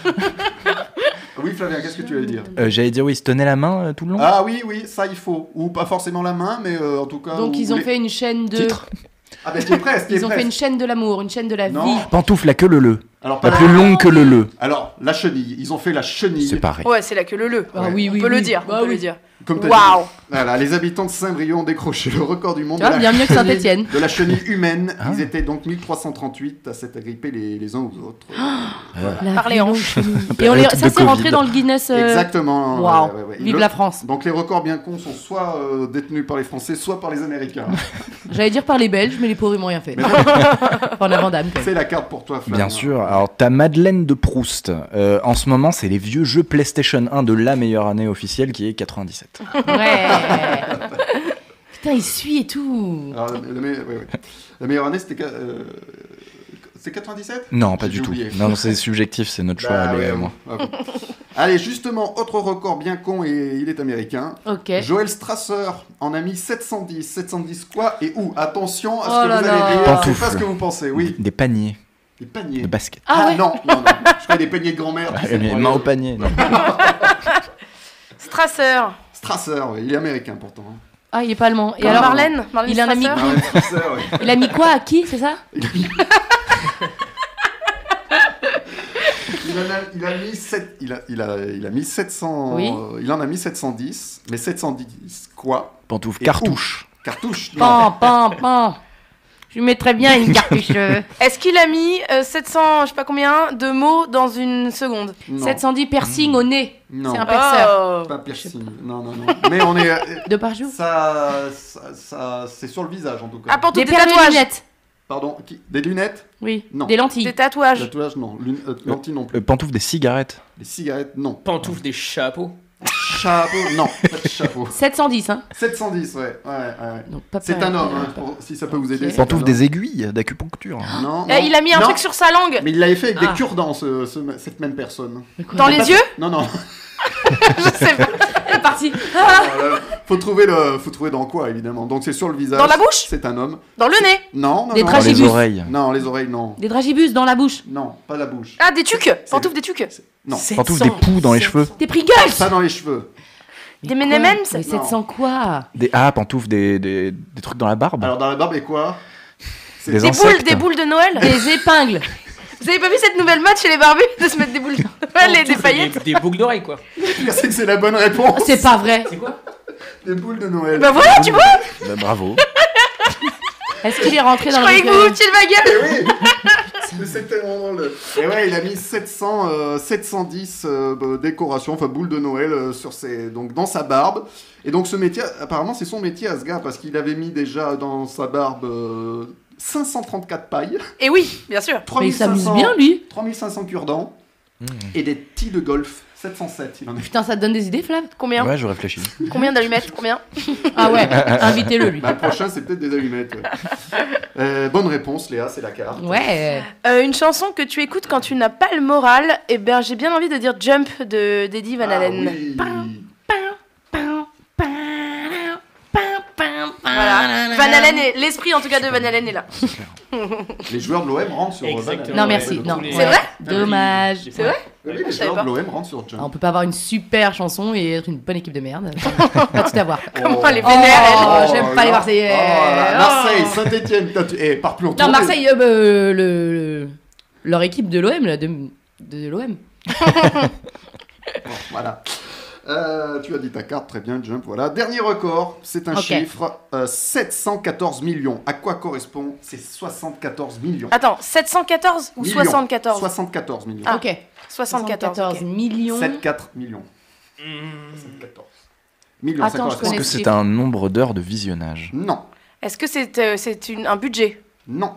B: Oui, Flavien, qu'est-ce que tu allais dire
D: Euh, J'allais dire, oui, ils se tenaient la main euh, tout le long
B: Ah oui, oui, ça il faut. Ou pas forcément la main, mais euh, en tout cas.
C: Donc
B: vous
C: ils ont
B: voulez-
C: fait une chaîne de.
D: Titre
B: Ah ben, t'es presque, t'es
C: Ils ont fait une
B: presque.
C: chaîne de l'amour, une chaîne de la
B: Non.
C: vie.
D: Pantoufle, la queue le le.
B: Alors, pas la-
D: La plus longue que le le.
B: Alors, la chenille. Ils ont fait la
D: C'est
B: chenille.
D: pareil.
F: Ouais, c'est là que le le.
C: Ah oui,
F: on
C: oui,
F: peut le
C: oui.
F: dire.
C: Bah
F: on peut
C: oui.
F: le dire.
B: Comme t'as dit.
F: Waouh.
B: Voilà, les habitants de Saint-Brieuc ont décroché le record du monde.
C: Ah,
B: de la
C: bien mieux que
B: chenille-
C: Saint-Étienne.
B: De la chenille humaine.
D: Ah.
B: Ils étaient donc 1338 à s'être agrippés les, les uns aux autres.
C: Ah, La
F: Parlez
C: vie
F: en.
C: longue chenille. Et on les...
D: Période
C: ça
D: de
C: s'est rentré
D: Covid.
C: dans le Guinness. euh,
B: Exactement.
C: Waouh.
B: ouais, ouais, ouais.
C: Vive
B: Le-
C: la France.
B: Donc les records bien cons sont soit euh, détenus par les Français, soit par les Américains.
C: J'allais dire par les Belges, mais les pauvres ils m'ont rien fait. Par la Vandame, quoi.
B: C'est la carte pour toi, Flavien.
D: Bien sûr. Alors, t'as Madeleine de Proust. Euh, en ce moment, c'est les vieux jeux PlayStation 1 de la meilleure année officielle qui est 97.
C: Ouais. Putain, il suit et tout.
B: Alors, la, la me- ouais, ouais. La meilleure année, c'était... euh, c'est 97
D: Non, pas
B: J'ai
D: du tout.
B: oublié.
D: Non, non, c'est subjectif, c'est notre choix,
B: Bah
D: les
B: ouais,
D: gars et
B: bon,
D: moi.
B: bah bon. Allez, justement, autre record bien con et il est américain.
C: Ok.
B: Joël Strasser en a mis 710. 710 quoi et où Attention à ce
C: Oh
B: que
C: là
B: vous
C: là.
B: allez dire. C'est pas
D: Pantoufles.
B: ce que vous pensez, oui.
D: Des- Des paniers
B: Des paniers.
D: de basket.
C: Ah ouais.
B: Ah, non, non, non. Je crois des paniers de grand-mère. tu sais,
D: Les
B: pour
D: mains
B: aller-
D: au panier. non.
F: Strasser.
B: Strasser, ouais, il est américain pourtant. hein.
C: Ah, il est pas allemand. Et
F: Et alors,
C: alors,
F: Marlène, Marlène
C: il en a mis-
F: Strasser.
B: Ah ouais, Strasser, ouais.
C: il a mis quoi à qui, c'est ça
B: Il en a, il a mis sept- il a, il a- il a mis 700.
C: Oui.
B: euh, il en a mis 710, mais 710 quoi
D: Pantoufle
B: Et
D: cartouche.
B: Cartouche non.
C: Pan, pan, pan. Je lui mettrais bien une cartouche. euh,
F: Est-ce qu'il a mis euh, 700, je sais pas combien, de mots dans une seconde
B: Non,
C: 710 piercing au nez.
B: non,
C: c'est un- Perceur.
F: Oh.
B: pas piercing. Non, non, non. Mais on est. euh,
C: Deux par jour.
B: Ça, ça, ça- c'est sur le visage en tout cas.
F: Ah, pour
C: Des
F: des
C: paires de
F: tatouages.
C: lunettes.
B: Pardon, qui- des lunettes
C: Oui.
B: Non.
C: Des lentilles.
F: Des tatouages.
B: Tatouage, non. Lune- euh, Lentilles, non plus.
D: Euh, pantoufle des cigarettes.
B: Les cigarettes, non.
E: Pantoufles des chapeaux.
B: Chapeau, non. Pas de chapeau.
C: 710, hein.
B: 710, ouais. ouais, ouais, ouais.
C: Donc, pas
B: C'est
C: pareil.
B: un homme, hein, pour- si ça peut vous aider.
C: Ok.
B: c'est Ah, un
D: Pantoufle
B: homme.
D: des aiguilles d'acupuncture.
B: Non.
F: Euh,
B: non.
F: il a mis un
B: Non,
F: truc sur sa langue.
B: Mais il l'avait fait avec
E: Ah.
B: des cure-dents, ce- ce- cette même personne.
F: Dans les yeux
B: Non, non.
F: Je sais pas.
C: C'est parti.
B: Voilà. faut trouver le, faut trouver dans quoi évidemment. Donc c'est sur le visage.
F: Dans la bouche
B: C'est un homme.
F: Dans le nez
B: Non, non, non.
C: Des
D: Dans les
C: Tragibus.
D: oreilles.
B: Non, les oreilles, non.
C: Des dragibus dans la bouche.
B: Non, pas la bouche.
F: Ah, des tucs Pantoufles des tucs
B: Non,
D: Pantoufle des poux dans les cheveux.
C: Des Pringles.
B: pas dans les cheveux.
F: Des M&M's
C: Mais 700 quoi
D: Des, ah, pantoufles des, des, des trucs dans la barbe.
B: Alors dans la barbe et quoi
D: des,
F: Des boules,
D: insectes.
F: des boules de Noël
C: Des épingles.
F: Vous avez pas vu cette nouvelle mode chez les barbus De se mettre des boules de Noël et des
E: Pantoufles
F: paillettes
E: Des, des boucles d'oreilles, quoi.
B: Je sais que c'est la bonne
F: Ah,
B: réponse.
C: Oh, C'est pas vrai.
E: C'est quoi
B: Des boules de Noël.
F: Bah voilà, tu vois,
D: Bah, bravo.
C: Est-ce qu'il est rentré
F: je
C: dans le
F: croyais que vous vous
C: référent
F: foutiez de ma gueule
B: Eh oui. Mais c'est tellement drôle. Et ouais, il a mis 700, euh, 710 euh, bah, décorations, enfin boules de Noël euh, sur ses, donc dans sa barbe. Et donc ce métier, apparemment, c'est son métier à ce gars parce qu'il avait mis déjà dans sa barbe euh, 534 pailles,
F: Et oui, bien sûr.
C: Mais il
B: 3500,
C: s'amuse bien lui.
B: 3500 cure-dents et des petits de golf 707. Il en a
C: Putain, ça te donne des idées, Flav
F: Combien
D: Ouais, je réfléchis.
F: Combien d'allumettes Combien
C: Ah ouais, invitez-le lui.
B: Bah, le prochain, c'est peut-être des allumettes. ouais. Euh, bonne réponse, Léa, c'est la carte.
C: Ouais.
F: Euh, Une chanson que tu écoutes quand tu n'as pas le moral, et ben j'ai bien envie de dire Jump de d'Eddie Van
B: Ah
F: Halen.
B: oui.
F: Voilà. Van Halen est... L'esprit en tout cas de Van Halen est là.
B: Les joueurs de l'OM rentrent sur.
E: Exactement.
C: Non,
E: Ouais,
C: merci.
E: de
C: Non.
E: tous les-
C: ouais.
F: C'est vrai
C: Dommage.
E: C'est
F: vrai
B: Oui, les
F: Je savais
B: joueurs de l'OM rentrent sur Jump.
C: Ah, On peut pas avoir une super chanson et être une bonne équipe de merde. pas tout avoir.
F: Comment
B: Oh.
F: elle est vénère,
C: Oh, j'aime pas les Marseillais.
B: Oh là là, Marseille,
C: Oh.
B: Saint-Etienne, putain, tu- eh, pars plus en
C: Non,
B: tournée.
C: Marseille, euh, bah, euh, le, le- leur équipe de l'OM, là, de, de l'OM.
B: Bon, Voilà. Euh, tu as dit ta carte, très bien, Jump, voilà. Dernier record, c'est un
C: Ok.
B: chiffre, euh, 714 millions. À quoi correspond ces 74 millions
F: Attends, 714 ou
B: Millions.
F: 74
B: 74 millions.
F: Ah,
C: ok.
F: 74. ok.
C: millions.
B: 74 millions. Hmm. 74. Millions,
C: Attends,
B: ça
C: je
B: correspond
D: Est-ce
C: connais.
B: à-
D: que c'est un nombre d'heures de visionnage
B: Non,
F: Est-ce que c'est euh, c'est une- un budget
B: non,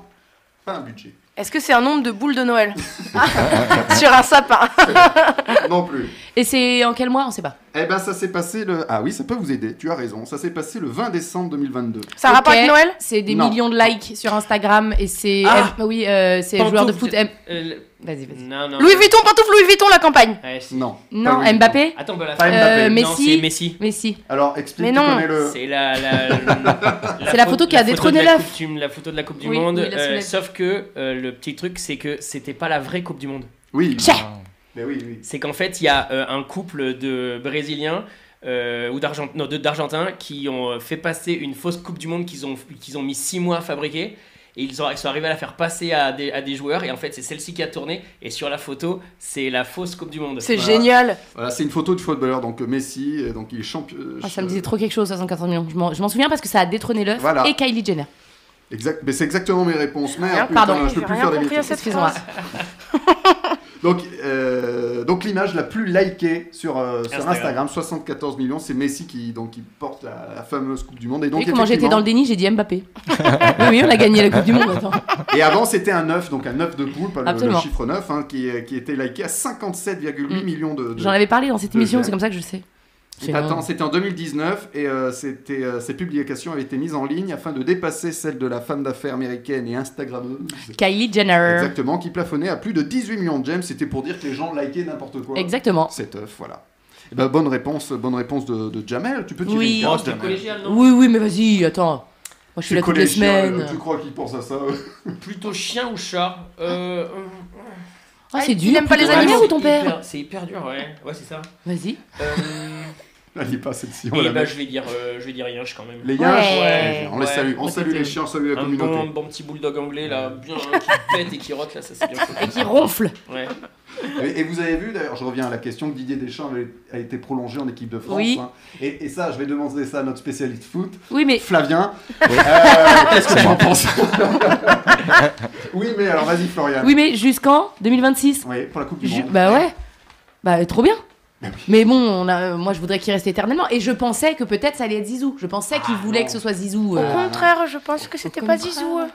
B: pas un budget.
F: Est-ce que c'est un nombre de boules de Noël Ah, Sur un sapin.
C: Ah.
B: non plus.
C: Et c'est en quel mois On sait pas.
B: Eh ben, ça s'est passé le... Ah oui, ça peut vous aider, tu as raison. Ça s'est passé le 20 décembre 2022.
F: Ça a un rapport
C: Ok,
F: avec Noël
C: C'est des
B: Non.
C: millions de likes sur Instagram et c'est.
E: Ah.
C: M- oui, euh, c'est joueur de foot.
E: Pantoufles-
C: M-
E: Euh,
C: Vas-y, vas-y.
E: Non, non.
F: Louis Vuitton, pantoufle Louis Vuitton, la campagne.
E: Ouais, c'est-
B: Non.
C: Non,
B: pas Louis
C: Mbappé
E: Attends, bah, la
B: Pas
E: fin-
B: Mbappé.
C: Euh,
E: Non,
C: Messi.
E: c'est Messi.
C: Mais si.
B: Alors, explique,
F: Mais
B: tu
F: non.
B: connais le...
E: C'est la, la, la,
C: C'est la photo qui a
E: la photo
C: détrôné
E: de la
C: l'œuf.
E: Coupe du- La photo de la Coupe du
C: Oui,
E: Monde.
C: oui, la
E: euh,
C: soulève.
E: sauf que euh, le petit truc, c'est que c'était pas la vraie Coupe du Monde.
B: Oui. Ah.
C: Tchè.
B: Mais oui, oui.
E: C'est qu'en fait, il y a euh, un couple de Brésiliens euh, ou d'Argent- non, de- d'Argentins qui ont euh, fait passer une fausse Coupe du Monde qu'ils ont, qu'ils ont mis 6 mois à fabriquer. Et ils, ont- ils sont arrivés à la faire passer à des, à des joueurs. Et en fait, c'est celle-ci qui a tourné. Et sur la photo, c'est la fausse Coupe du Monde.
F: C'est
B: Voilà.
F: génial.
B: Voilà, c'est une photo de footballeur, donc euh, Messi, euh, donc il est champion. euh,
C: Ah, ça me disait trop quelque chose, 74 millions. Je m'en- Je m'en souviens parce que ça a détrôné l'œuf
B: Voilà.
C: et Kylie Jenner.
B: Exact, mais c'est exactement mes réponses. Merde,
F: Rien,
B: putain,
C: pardon,
B: je peux
F: j'ai
B: plus
F: rien
B: faire des
F: compris à
B: métiers.
F: cette
C: Excusez-moi.
F: phrase.
B: Donc, euh, donc l'image la plus likée sur, euh, sur Instagram.
E: Instagram.
B: 74 millions, c'est Messi qui, donc, qui porte la, la fameuse Coupe du Monde. Et
C: Vous
B: donc,
C: vu comment j'étais
B: effectivement-
C: dans le déni, j'ai dit Mbappé. oui, oui, on a gagné la Coupe du Monde. Attends.
B: Et avant, c'était un 9, donc un 9 de poule, pas le- le,
C: Absolument.
B: chiffre 9, hein, qui, qui était liké à 57,8
C: Mm.
B: millions de. de-
C: J'en avais parlé dans cette
B: Deux
C: émission,
B: j'aime.
C: c'est comme ça que je sais. C'est
B: Et attends,
C: énorme.
B: c'était en 2019 et euh, c'était, euh, ces publications avaient été mises en ligne afin de dépasser celle de la femme d'affaires américaine et Instagrammeuse.
C: Kylie Jenner.
B: Exactement, qui plafonnait à plus de 18 millions de j'aime. C'était pour dire que les gens likaient n'importe quoi.
C: Exactement.
B: Cette œuf, voilà. Eh ben, bonne réponse, bonne réponse de, de Jamel. Tu peux tirer
C: Oui.
B: une
E: Oh,
B: carte,
E: c'était
B: Jamel.
E: collégial, non
C: Oui, oui, mais vas-y, attends. Moi, je suis
B: C'est
C: là toutes les
B: collégial,
C: semaines.
B: Tu crois qu'il pense à ça euh
E: Plutôt chien ou chat euh, euh,
C: Ah, c'est
F: Il
C: dur.
F: aime pas les
C: plutôt.
F: animaux
C: ou ton
E: c'est hyper-
C: père
E: C'est hyper dur, ouais. Ouais, c'est ça.
C: Vas-y.
E: Euh,
B: Elle lit pas celle-ci. on
E: Et
B: la
E: bah,
B: met.
E: je vais dire, euh, je vais dire Yinche quand même.
B: Les Yinches,
C: Ouais.
B: on les
E: Ouais.
B: salue. On
C: Ouais,
B: salue
C: c'était-
B: les chiens, on salue la
E: Un bon,
B: communauté.
E: bon petit bulldog anglais là, bien hein, qui pète et qui rote là, ça c'est bien.
C: Et qui ronfle.
E: Ouais.
B: Et, et vous avez vu, d'ailleurs, je reviens à la question, que Didier Deschamps avait- a été prolongé en équipe de France.
C: Oui.
B: hein. Et, et ça, je vais demander ça à notre spécialiste foot,
C: Oui, mais
B: Flavien. Euh, Qu'est-ce que tu en penses Oui, mais alors vas-y, Florian.
C: oui, mais jusqu'en 2026.
B: Oui, pour la Coupe du
C: Ju-
B: Monde.
C: bah ouais. Bah euh, trop bien. Mais bon, on a, euh, moi je voudrais qu'il reste éternellement. Et je pensais que peut-être ça allait être Zizou. Je pensais qu'il voulait que ce soit Zizou.
F: Au
C: euh,
F: contraire, je pense que c'était pas Zizou. euh,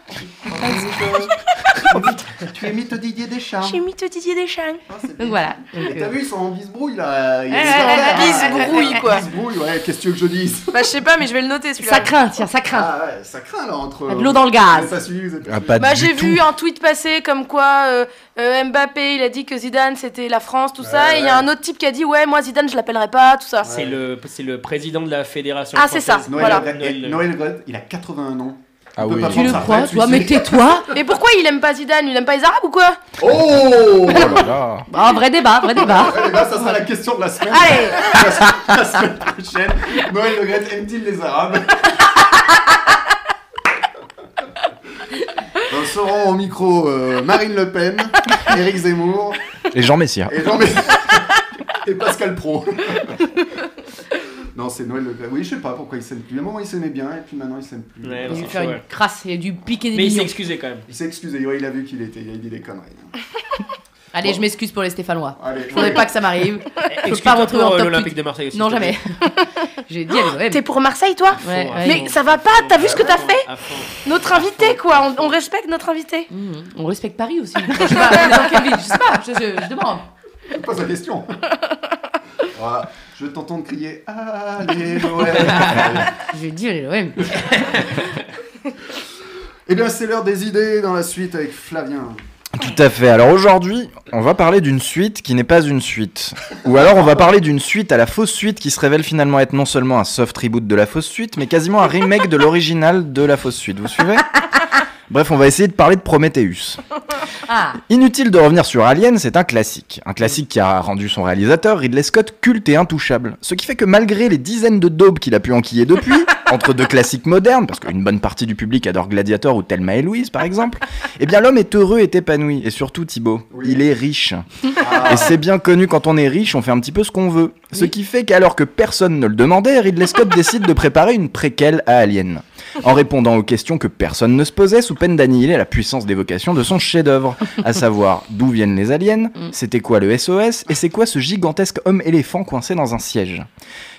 B: Tu imites Didier
C: Ah.
B: Deschamps.
F: J'ai mis te Didier Deschamps.
B: Ah, c'est bien.
C: Donc voilà.
B: Et T'as vu, ils sont en bisbrouille là. Il y a
F: Ouais,
B: des
F: ouais, ouais,
B: affaires,
F: la
B: hein.
F: bisbrouille, quoi.
B: Bisbrouille, ouais, qu'est-ce que tu veux que je dise
F: Bah, je sais pas, mais je vais le noter celui-là.
C: Ça craint, tiens, ça craint.
B: Ah ouais, ça craint là entre.
C: Il y a de l'eau dans le
B: Vous avez
C: gaz.
B: pas suivi, vous avez pas
D: Ah,
B: suivi.
D: pas
F: Bah,
D: du
F: j'ai
D: tout.
F: vu un tweet passer comme quoi euh, euh, Mbappé, il a dit que Zidane c'était la France, tout ça.
B: Ouais,
F: Et il y a
B: ouais.
F: un autre type qui a dit Ouais, moi Zidane, je l'appellerai pas, tout ça.
E: C'est le, c'est le président de la fédération.
F: Ah, c'est ça.
E: française.
B: Noël,
F: Voilà.
B: Noël, Noël Gret, il a 81 ans.
D: Ah
B: On peut
D: oui.
B: pas
C: Tu le
B: Ça
C: crois,
B: reste,
C: tu vois,
B: tu
C: mais
B: sais.
C: tais-toi.
F: Mais pourquoi il aime pas Zidane Il aime pas les Arabes ou quoi
B: Oh
D: Oh là là.
C: Bah, vrai débat, vrai débat.
B: Eh ben, ça sera la question de la semaine.
F: Allez
B: La semaine prochaine, Noël Le Gret aime-t-il les Arabes Nous serons au micro euh, Marine Le Pen, Éric Zemmour
D: Et Jean Messia.
B: et Jean Mé- et Pascal Pro. non, c'est Noël Le Gret. Oui, je sais pas pourquoi il s'aime plus. À un moment, il s'aimait bien et puis maintenant, il s'aime plus.
E: Ouais,
C: Il a dû
E: c'est
C: faire
E: chaud,
C: une
E: ouais.
C: crasse, il a dû piquer des
E: Mais il s'est
C: millions.
E: excusé quand même.
B: Il s'est excusé, ouais, il a vu qu'il était, il a dit des conneries.
C: Allez, je m'excuse pour les Stéphanois.
B: Allez,
C: Je voudrais
B: ouais.
C: pas que ça m'arrive. Je peux pas
E: Excuse-toi
C: retrouver
E: pour,
C: en
E: euh,
C: top
E: l'Olympique
C: huit.
E: de Marseille aussi.
C: Non,
E: s'il te
C: jamais.
E: plaît.
C: J'ai dit à l'OM.
F: T'es pour Marseille, toi
C: Ouais,
E: fond,
C: ouais.
F: Mais ça va pas, t'as vu ce que t'as fait
E: euh, À fond.
F: Notre invité, quoi. On, on respecte notre invité.
C: Mhm. On respecte Paris aussi. je sais pas, dans quelle ville, je sais pas, je, je- je demande.
B: pose la question. Voilà. Je vais t'entendre crier Allez Noël
C: Je dis à l'OM.
B: Eh bien, c'est l'heure des idées dans la suite avec Flavien.
D: Tout à fait. Alors aujourd'hui, on va parler d'une suite qui n'est pas une suite. Ou alors on va parler d'une suite à la fausse suite qui se révèle finalement être non seulement un soft reboot de la fausse suite, mais quasiment un remake de l'original de la fausse suite. Vous suivez Bref, on va essayer de parler de Prometheus.
C: Ah,
D: Inutile de revenir sur Alien, c'est un classique. Un classique qui a rendu son réalisateur, Ridley Scott, culte et intouchable. Ce qui fait que malgré les dizaines de daubes qu'il a pu enquiller depuis, entre deux classiques modernes, parce qu'une bonne partie du public adore Gladiator ou Thelma et Louise par exemple, eh bien l'homme est heureux et épanoui. Et surtout Thibaut,
B: Oui.
D: il est riche.
B: Ah,
D: Et c'est bien connu, quand on est riche, on fait un petit peu ce qu'on veut. Ce qui fait qu'alors que personne ne le demandait, Ridley Scott décide de préparer une préquelle à Alien. En répondant aux questions que personne ne se posait, sous peine d'annihiler la puissance d'évocation de son chef-d'œuvre, à savoir d'où viennent les aliens, c'était quoi le SOS, et c'est quoi ce gigantesque homme-éléphant coincé dans un siège.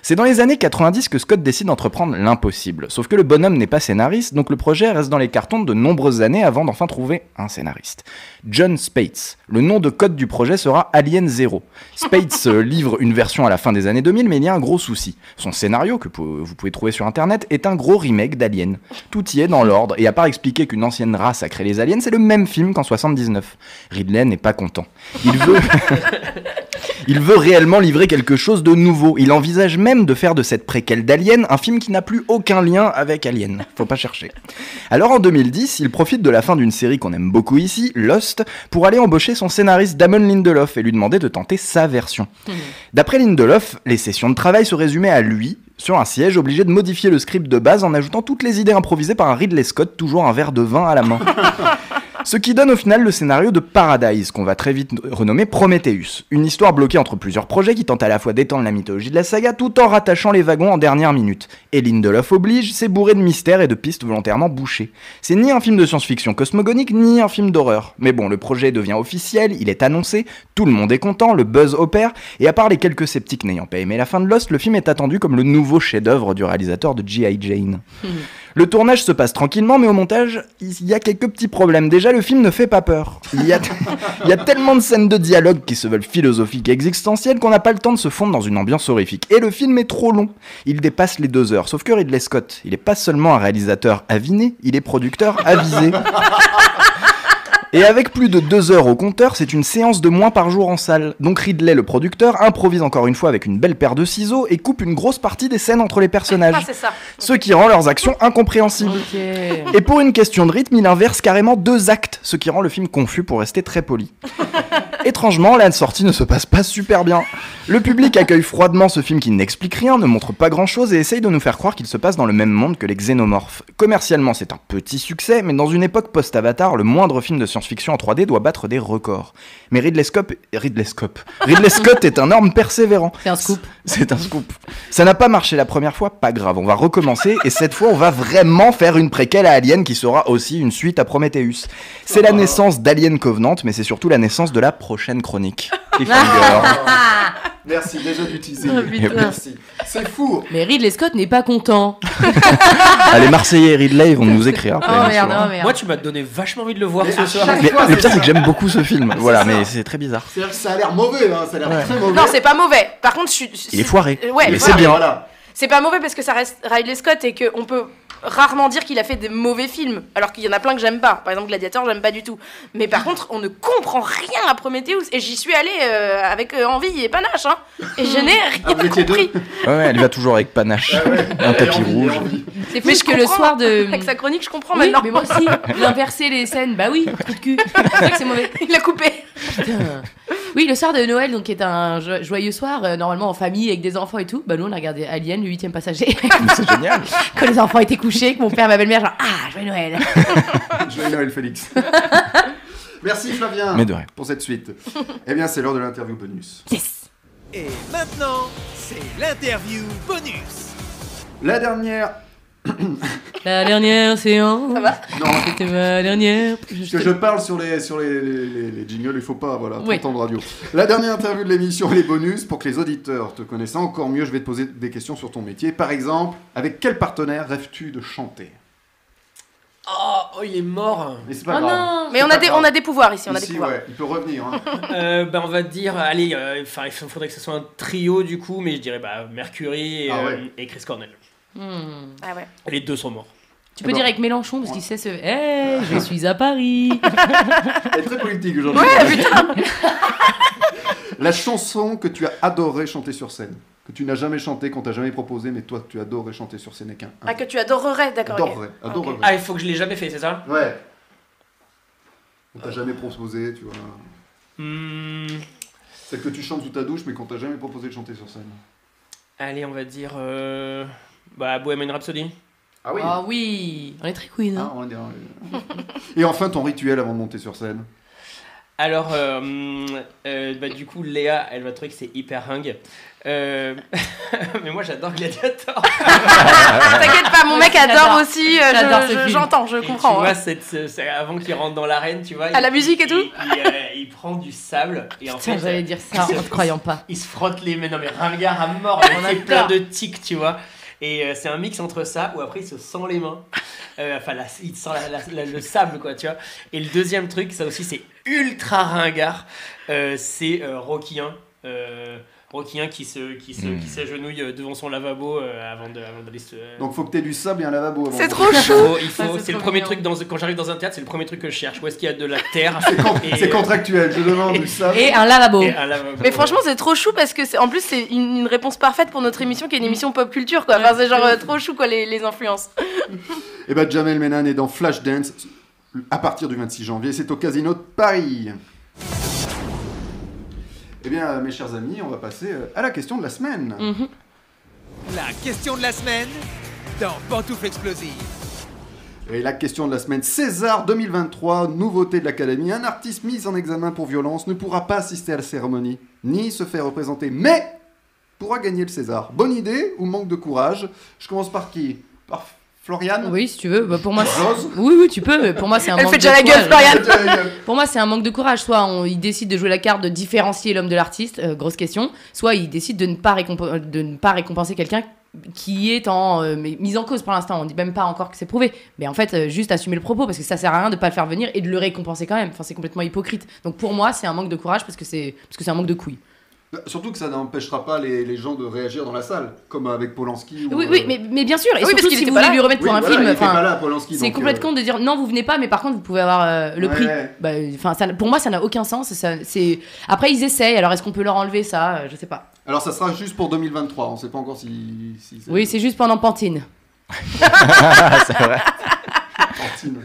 D: C'est dans les années 90 que Scott décide d'entreprendre l'impossible. Sauf que le bonhomme n'est pas scénariste, donc le projet reste dans les cartons de nombreuses années avant d'enfin trouver un scénariste. John Spates. Le nom de code du projet sera Alien Zero. Spates euh, livre une version à la fin des années 2000, mais il y a un gros souci. Son scénario, que pou- vous pouvez trouver sur internet, est un gros remake d'Alien. Tout y est dans l'ordre, et à part expliquer qu'une ancienne race a créé les aliens, c'est le même film qu'en 79. Ridley n'est pas content. Il veut. Il veut réellement livrer quelque chose de nouveau. Il envisage même de faire de cette préquelle d'Alien un film qui n'a plus aucun lien avec Alien. Faut pas chercher. Alors en 2010, il profite de la fin d'une série qu'on aime beaucoup ici, Lost, pour aller embaucher son scénariste Damon Lindelof et lui demander de tenter sa version. D'après Lindelof, les sessions de travail se résumaient à lui, sur un siège, obligé de modifier le script de base en ajoutant toutes les idées improvisées par un Ridley Scott, toujours un verre de vin à la main. Ce qui donne au final le scénario de Paradise, qu'on va très vite renommer Prometheus. Une histoire bloquée entre plusieurs projets qui tente à la fois d'étendre la mythologie de la saga tout en rattachant les wagons en dernière minute. Et Lindelof oblige, c'est bourré de mystères et de pistes volontairement bouchées. C'est ni un film de science-fiction cosmogonique, ni un film d'horreur. Mais bon, le projet devient officiel, il est annoncé, tout le monde est content, le buzz opère, et à part les quelques sceptiques n'ayant pas aimé la fin de Lost, le film est attendu comme le nouveau chef-d'œuvre du réalisateur de G.I. Jane. Le tournage se passe tranquillement, mais au montage, il y a quelques petits problèmes. Déjà, le film ne fait pas peur. Il y a, il y a tellement de scènes de dialogue qui se veulent philosophiques et existentielles qu'on n'a pas le temps de se fondre dans une ambiance horrifique. Et le film est trop long. Il dépasse les deux heures. Sauf que Ridley Scott, il n'est pas seulement un réalisateur aviné, il est producteur avisé. Et avec plus de deux heures au compteur, c'est une séance de moins par jour en salle. Donc Ridley, le producteur, improvise encore une fois avec une belle paire de ciseaux et coupe une grosse partie des scènes entre les
F: Ah,
D: personnages,
F: c'est ça.
D: ce qui rend leurs actions
C: Mm.
D: incompréhensibles.
C: Ok.
D: Et pour une question de rythme, il inverse carrément deux actes, ce qui rend le film confus pour rester très poli. Étrangement, la sortie ne se passe pas super bien. Le public accueille froidement ce film qui n'explique rien, ne montre pas grand-chose et essaye de nous faire croire qu'il se passe dans le même monde que les xénomorphes. Commercialement, c'est un petit succès, mais dans une époque post-Avatar, le moindre film de science-fiction en 3D doit battre des records. Mais Ridley Scott, Ridley Scott, Ridley Scott est un homme persévérant.
C: C'est un scoop.
D: C'est un scoop. Ça n'a pas marché la première fois, pas grave, on va recommencer et cette fois on va vraiment faire une préquelle à Alien qui sera aussi une suite à Prometheus. C'est la naissance d'Alien Covenant, mais c'est surtout la naissance de la prochaine chronique. Cliffhanger.
B: Merci déjà d'utiliser.
C: Oh, putain.
B: Merci. C'est fou.
C: Mais Ridley Scott n'est pas content.
D: Ah, les Marseillais et Ridley ils vont nous hein, écrire après.
B: Ah,
C: Oh
D: bien
C: merde,
D: sûr.
C: oh merde.
E: Moi, tu m'as donné vachement envie de le voir
B: Mais
E: ce
B: à
E: soir.
B: chaque
D: Mais
B: fois,
D: le
B: c'est
D: pire c'est
B: ça.
D: que j'aime beaucoup ce film, voilà,
B: ça.
D: mais c'est très bizarre.
B: C'est-à-dire que Ça a l'air mauvais, hein, ça a l'air très mauvais. Ah,
F: Non, c'est pas mauvais. Par contre, je suis.
D: Il est foiré.
F: Euh, Ouais,
D: Mais
F: voilà.
D: c'est bien.
B: Voilà.
F: C'est pas mauvais parce que ça reste Ridley Scott et qu'on peut rarement dire qu'il a fait des mauvais films, alors qu'il y en a plein que j'aime pas. Par exemple, Gladiator, j'aime pas du tout. Mais par contre, on ne comprend rien à Prometheus et j'y suis allée euh, avec euh, envie et panache, hein. Et je n'ai rien
B: Ah, vous étiez
F: compris.
D: Ouais, ouais, elle y va toujours avec panache, un
B: Et
D: tapis
B: envie, et
D: rouge.
B: envie.
C: C'est
F: Mais
C: plus
F: je
C: que le
F: comprends.
C: soir de.
F: Avec sa chronique, je comprends
C: Oui,
F: maintenant.
C: mais moi aussi, d'inverser les scènes, bah oui, trou de cul. C'est vrai que c'est mauvais.
F: Il l'a coupé.
C: Putain. Oui, le soir de Noël, donc, qui est un jo- joyeux soir, euh, normalement en famille, avec des enfants et tout. Bah, nous, on a regardé Alien, le huitième passager.
D: Mais c'est génial.
C: Quand les enfants étaient couchés, que mon père et ma belle-mère, genre, ah, joyeux Noël.
B: Joyeux Noël, Félix. Merci Flavien
D: Mais de rien.
B: pour cette suite. Eh bien, c'est l'heure de l'interview bonus.
C: Yes.
A: Et maintenant, c'est l'interview bonus.
B: La dernière.
C: La dernière séance.
F: Ça va
B: Non,
C: C'était ma dernière.
B: que je parle sur les, sur les, les- les- les jingles, il faut pas, voilà,
C: Oui.
B: t'entends de radio. La dernière interview de l'émission et les bonus, pour que les auditeurs te connaissent encore mieux, je vais te poser des questions sur ton métier. Par exemple, avec quel partenaire rêves-tu de chanter
E: Oh, oh, il est mort.
B: Mais c'est
C: Oh
B: pas grave.
C: non
F: Mais on a, des, on a des pouvoirs ici, on a
B: Ici,
F: des pouvoirs.
B: ouais, il peut revenir. hein.
E: Euh, bah, on va dire, allez, euh, enfin, il faudrait que ce soit un trio du coup, mais je dirais bah, Mercury et,
B: Ah ouais.
E: euh, et Chris Cornell.
C: Hmm.
F: Ah ouais.
E: Les deux sont morts.
C: Tu peux dire avec Mélenchon, parce qu'il sait ce. Hey,
B: Ah.
C: je suis à Paris.
B: Elle est très politique aujourd'hui. La chanson que tu as adoré chanter sur scène, que tu n'as jamais chanté, qu'on t'a jamais proposé, mais toi tu adorais chanter sur scène et qu'un.
F: Ah, que tu adorerais, d'accord. ok.
B: adorerais, adorerais.
E: Ah, il faut que je l'ai jamais fait, c'est ça
B: Ouais. On t'a jamais proposé, tu vois.
E: Hmm,
B: Celle que tu chantes sous ta douche, mais qu'on t'a jamais proposé de chanter sur scène.
E: Allez, on va dire, euh, bah, Bohemian Rhapsody.
B: Ah
C: Ah oui, on est très queen.
B: Hein,
C: Hein.
B: on va dire, euh. Et enfin ton rituel avant de monter sur scène.
E: Alors, euh, euh, bah, du coup, Léa, elle va trouver que c'est hyper hung. Euh, mais moi, j'adore Gladiator.
F: Ah, T'inquiète pas, mon
C: Oui,
F: mec
C: j'adore.
F: adore aussi. euh, je-
C: J'adore ce
F: je-
C: film.
F: J'entends, je,
E: Et
F: comprends.
E: Tu
F: hein.
E: vois, cette- ce- c'est avant qu'il rentre dans l'arène, tu vois.
F: À la musique et tout
E: il, il, euh, il prend du sable et en
C: Putain,
E: fait,
C: j'allais
E: euh,
C: dire ça en te croyant pas.
E: il se frotte les mains. Non, mais ringard à mort,
C: On
E: il
C: a
E: fait
C: peur.
E: plein de tics, tu vois. Et euh, c'est un mix entre ça où après il se sent les mains. Euh, enfin, la- il sent la- la- la- le sable, quoi, tu vois. Et le deuxième truc, ça aussi, c'est ultra ringard. Euh, c'est euh, Rocky 1. Euh, Rocky 1 qui se- qui se-
D: Mm.
B: Hmm.
E: qui s'agenouille euh, devant son lavabo euh, avant de- avant d'aller se.
B: Donc faut que t'aies du sable et un lavabo avant.
F: C'est trop
E: Il
F: chou.
E: faut, il faut-
C: Ça, c'est
E: c'est le
C: trop
E: premier
C: mignon.
E: truc dans, quand j'arrive dans un théâtre, c'est le premier truc que je cherche. Où est-ce qu'il y a de la terre et-
B: C'est contractuel, je demande du sable.
C: Et un lavabo.
E: et un lavabo.
F: Mais franchement, c'est trop chou parce que, c'est- en plus, c'est une, une réponse parfaite pour notre émission qui est une émission pop culture, quoi. Enfin, c'est genre euh, trop chou, quoi, les, les influences.
B: Et bah Jamel Menan est dans Flashdance à partir du 26 janvier, c'est au Casino de Paris. Eh bien, euh, mes chers amis, on va passer euh, à la question de la semaine.
C: Mhm.
A: La question de la semaine dans Pantoufle Explosive.
B: Et la question de la semaine, César 2023, nouveauté de l'Académie, un artiste mis en examen pour violence ne pourra pas assister à la cérémonie, ni se faire représenter, mais pourra gagner le César. Bonne idée ou manque de courage Je commence par qui Par Floriane
C: Oui, si tu veux. Bah, pour moi, c'est-
B: Rose
C: oui, oui, tu peux. Mais pour moi, c'est un
F: Elle
C: manque
F: fait déjà
C: de
F: la gueule,
C: courage.
F: Florian.
B: euh,
C: Pour moi, c'est un manque de courage. Soit on, il décide de jouer la carte de différencier l'homme de l'artiste, euh, grosse question. Soit il décide de ne pas, récompo- de ne pas récompenser quelqu'un qui est en euh, mais- mise en cause pour l'instant. On dit même pas encore que c'est prouvé. Mais en fait, euh, juste assumer le propos parce que ça sert à rien de pas le faire venir et de le récompenser quand même. Enfin, c'est complètement hypocrite. Donc pour moi, c'est un manque de courage parce que c'est parce que c'est un manque de couilles.
B: euh, Surtout que ça n'empêchera pas les, les gens de réagir dans la salle, comme avec Polanski. ou,
C: Oui,
B: euh,
C: Ah oui, mais, mais bien sûr. Et
F: Oui, parce
C: surtout,
F: qu'il
C: si
F: était
C: vous
F: pas
C: voulez
F: là.
C: lui remettre
B: oui,
C: pour un
B: voilà, il
C: film,
B: était pas
C: enfin,
B: là, Polanski.
C: c'est
B: donc, euh,
C: complètement de dire non, vous venez pas, mais par contre, vous pouvez avoir euh, le
B: Ouais,
C: prix.
B: ouais.
C: Bah, Enfin, ça- pour moi, ça n'a aucun sens. et ça- c'est après ils essayent. Alors, est-ce qu'on peut leur enlever ça Euh, Je sais pas.
B: euh, Alors ça sera juste pour 2023, on sait pas encore si. si c'est-
C: Oui, c'est juste pendant Pantine.
D: c'est vrai.
B: Tartine.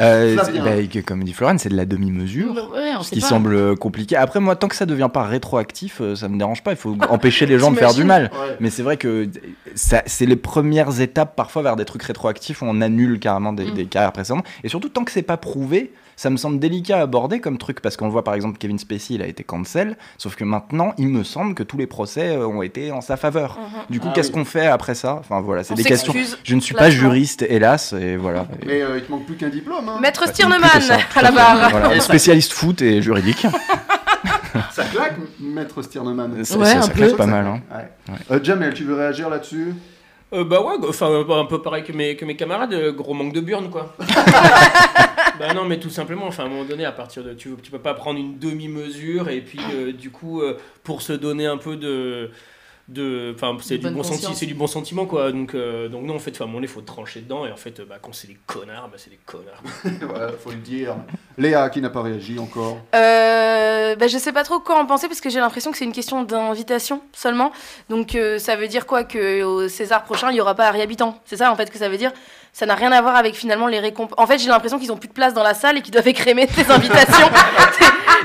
D: Euh,
B: Ça
D: c'est-
B: vient.
D: bah, que- comme dit Florian, c'est de la demi-mesure.
C: Ouais, on
D: Ce
C: sait
D: qui
C: pas.
D: semble euh, compliqué. Après, moi, tant que ça devient pas rétroactif, euh, ça me dérange pas. Il faut empêcher les gens de faire du mal.
B: Ouais.
D: Mais c'est vrai que ça- c'est les premières étapes parfois vers des trucs rétroactifs où on annule carrément des,
C: Mm.
D: des carrières précédentes. Et surtout, tant que c'est pas prouvé, ça me semble délicat à aborder comme truc. Parce qu'on le voit par exemple, Kevin Spacey, il a été cancel. Sauf que maintenant, il me semble que tous les procès euh, ont été en sa faveur. Du coup,
B: Ah
D: qu'est-ce
B: oui.
D: qu'on fait après ça Enfin voilà, c'est
F: Mm, On
D: des questions.
F: s'excuse.
D: Je ne suis pas
F: Lâchement.
D: juriste, hélas, et voilà. Et-
B: Mais euh, il te manque plus qu'un diplôme. Hein.
F: Maître
D: Bah, il me coûte
F: Stirneman
D: ça,
F: à la
D: tout
F: barre.
D: Voilà, spécialiste foot et juridique.
B: Ça claque, maître Stirneman.
D: Ça,
C: Ouais,
D: ça,
C: un
D: ça
C: peu.
D: clash pas mal. hein.
B: Ouais. Euh, Jamel, tu veux réagir là-dessus
E: Euh, bah ouais, enfin euh, un peu pareil que mes, que mes camarades, euh, gros manque de burn quoi. bah non, mais tout simplement, enfin à un moment donné, à partir de. Tu, tu peux pas prendre une demi-mesure et puis euh, du coup, euh, pour se donner un peu de. de enfin, c'est
C: De
E: du,
C: bonne
E: bon senti,
C: conscience.
E: c'est du bon sentiment quoi. Donc, euh, donc non, en fait, enfin, bon, il faut trancher dedans et en fait, euh, bah, quand c'est des connards, bah c'est des connards.
B: Voilà, faut le dire. Léa qui n'a pas réagi encore.
F: Euh, bah, je sais pas trop quoi en penser parce que j'ai l'impression que c'est une question d'invitation seulement. Donc euh, ça veut dire quoi que au César prochain il y aura pas Harry Habitant. C'est ça en fait que ça veut dire. Ça n'a rien à voir avec finalement les récompenses. En fait j'ai l'impression qu'ils ont plus de place dans la salle et qu'ils doivent écrémer ces invitations.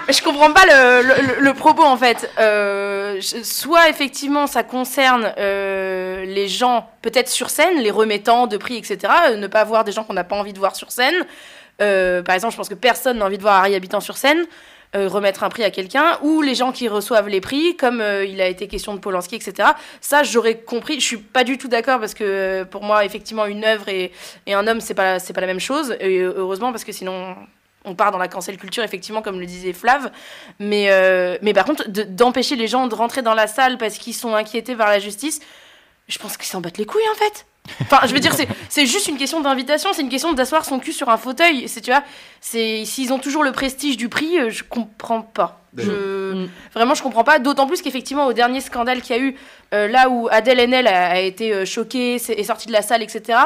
F: Mais je comprends pas le, le- le- le propos en fait. Euh, je- soit effectivement ça concerne euh, les gens peut-être sur scène, les remettants de prix etc. euh, ne pas voir des gens qu'on n'a pas envie de voir sur scène. Euh, par exemple je pense que personne n'a envie de voir Harry Habitant sur scène euh, remettre un prix à quelqu'un, ou les gens qui reçoivent les prix, comme euh, il a été question de Polanski, etc. Ça, j'aurais compris. Je suis pas du tout d'accord parce que euh, pour moi, effectivement, une œuvre et, et un homme, c'est pas c'est pas la même chose. Et euh, heureusement parce que sinon. On part dans la cancel culture, effectivement, comme le disait Flav. Mais, euh, mais par contre, de- d'empêcher les gens de rentrer dans la salle parce qu'ils sont inquiétés par la justice, je pense qu'ils s'en battent les couilles, en fait. Enfin, je veux dire, c'est- c'est juste une question d'invitation, c'est une question d'asseoir son cul sur un fauteuil. C'est, tu vois, c'est s'ils ont toujours le prestige du prix, euh, je comprends pas. Je-
C: Mm.
F: Vraiment, je comprends pas. D'autant plus qu'effectivement, au dernier scandale qu'il y a eu, euh, là où Adèle Haenel a, a été euh, choquée, c'est- est sortie de la salle, etc.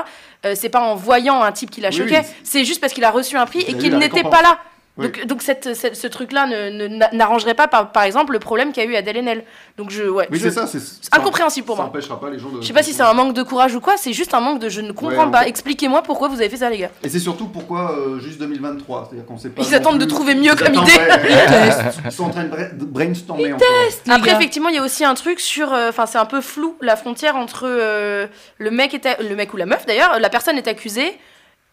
F: euh, c'est pas en voyant un type qui la
B: Oui,
F: choquait,
B: oui.
F: c'est juste parce qu'il a reçu un prix
B: Il
F: et
B: a eu
F: qu'il
B: la
F: n'était
B: récompense.
F: pas là.
B: Oui.
F: Donc, donc cette, cette- ce truc-là ne- ne- n'a- n'arrangerait pas, par, par exemple, le problème qu'a eu Adèle Haenel. Donc je, ouais,
B: Oui,
F: je-
B: c'est ça, c'est.
F: c'est incompréhensible pour
B: ça
F: moi.
B: empêchera pas les gens de.
F: Je sais pas si c'est un manque de courage ou quoi, c'est juste un manque de je ne comprends
B: Ouais,
F: pas.
B: en fait.
F: Expliquez-moi pourquoi vous avez fait ça, les gars.
B: Et c'est surtout pourquoi euh, juste 2023 C'est-à-dire qu'on sait pas.
F: Ils
B: non
F: attendent de
B: plus-
F: trouver mieux
B: Ils
F: comme
B: attendent,
F: idée.
B: ouais, ouais.
C: Test.
B: Ils sont en train de bra- de brainstormer encore.
F: Après,
C: Les gars.
F: effectivement, il y a aussi un truc sur. euh, Enfin, c'est un peu flou la frontière entre euh, le, mec est a- le mec ou la meuf d'ailleurs. La personne est accusée,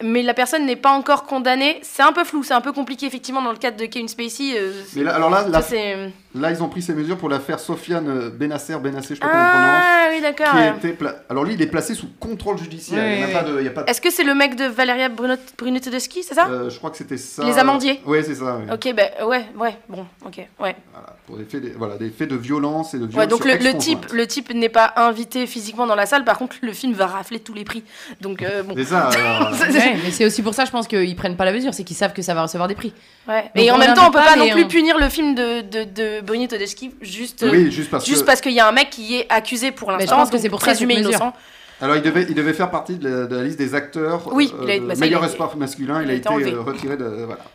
F: mais la personne n'est pas encore condamnée. C'est un peu flou, c'est un peu compliqué, effectivement, dans le cadre de Kevin Spacey. euh,
B: Mais là, alors là,
F: ça,
B: là,
F: c'est.
B: là, ils ont pris ces mesures pour l'affaire Sofiane euh, Benasser, Benasser, je sais pas comment on prononce.
F: Ah oui, d'accord.
B: qui
F: ouais.
B: était pla- Alors lui, il est placé sous contrôle judiciaire.
C: Oui,
B: il n'y a
C: oui,
B: pas de. il y a pas de-
F: Est-ce que c'est le mec de Valeria Bruno, Bruno Tedeschi, c'est ça
B: Euh, je crois que c'était ça.
F: Les amandiers.
B: Ouais, c'est ça. oui.
F: Ok, ben ouais, ouais, bon, ok, ouais.
B: Voilà, pour des faits, de, voilà, des faits de violence et de violence.
F: Ouais, donc le, le type, le type n'est pas invité physiquement dans la salle. Par contre, le film va rafler tous les prix. Donc euh, bon.
B: C'est ça. alors, euh,
F: C'est- c'est-
C: Ouais, mais c'est aussi pour ça, je pense qu'ils prennent pas la mesure, c'est qu'ils savent que ça va recevoir des prix.
F: Ouais.
C: Donc
F: Et en
C: on
F: même temps, on peut
C: l'invite
F: pas
C: pas, mais
F: non plus
C: on-
F: punir le film de, de, de Bruni Tedeschi juste, euh,
B: oui, juste parce
F: juste
B: que.
F: parce qu'il y a un mec qui est accusé pour
C: je
F: l'instant.
C: pense que
F: donc
C: c'est pour ça,
F: présumé
C: cette mesure.
F: innocent.
B: Alors il devait, il devait faire partie de la, de la liste des acteurs. euh,
F: Oui, il a-
B: de
F: bah, ça,
B: meilleur
F: il a-
B: espoir masculin.
F: il
B: Il
F: a
B: a été
F: été enlevé.
B: euh, retiré de.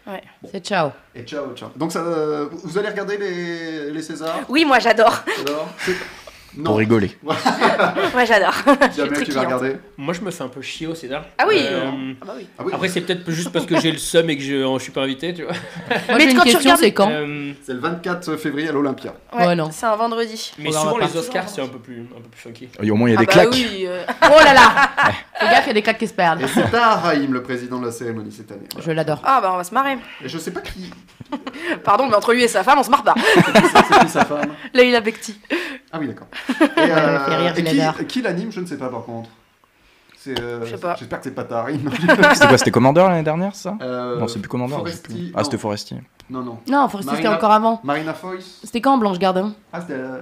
B: Voilà.
C: C'est ciao.
B: Et ciao, ciao. Donc ça, euh, vous allez regarder les, les Césars
F: Oui, moi j'adore.
B: alors C'est-
D: Pour rigoler.
F: Moi j'adore. suis
B: Jamel,
F: très
B: tu vas
F: cliente.
B: regarder.
E: Moi, je me fais un peu chier au Cédar.
F: Ah oui.
E: Euh,
F: Ah bah oui.
B: Ah oui,
E: Après, c'est peut-être juste parce que j'ai le seum et que je, je suis pas invité, tu vois.
C: Moi,
F: Mais
C: j'ai une
F: quand tu
C: question,
F: regardes-
C: c'est quand
E: Euh,
B: c'est le 24 février à l'Olympia.
F: Ouais,
C: Ouais, non.
F: C'est un vendredi.
E: mais
C: On verra
E: souvent,
C: pas.
E: les Oscars, c'est un peu plus, un peu plus funky.
D: Et au moins, il y a
F: ah
D: des
F: bah
D: claques.
F: oui. euh,
C: Oh là là Fais gaffe, il y a des claques qui se perdent.
B: Et c'est Tahraim, le président de la cérémonie cette année. Voilà.
C: Je l'adore.
F: Ah bah on va se marrer.
B: Et je sais pas qui,
F: Pardon, mais entre lui et sa femme, on se marre pas.
B: c'est qui sa femme.
F: Leila Bekti.
B: Ah oui, d'accord. Et,
C: m'a fait rire,
B: et
C: je l'adore.
B: qui, qui l'anime, je ne sais pas par contre. C'est, euh,
F: Je sais pas.
B: J'espère que c'est pas Tahraim.
D: C'était quoi C'était Commander l'année dernière, ça
B: Euh,
D: Non, c'est plus Commander. je sais
B: Foresti-
D: plus.
B: non,
D: Ah, c'était Forestier.
B: Non, non.
C: Non, faut rester c'était
B: Marina-
C: encore avant.
B: Marina Foïs.
C: C'était quand Blanche Gardin
B: Ah, c'était. euh,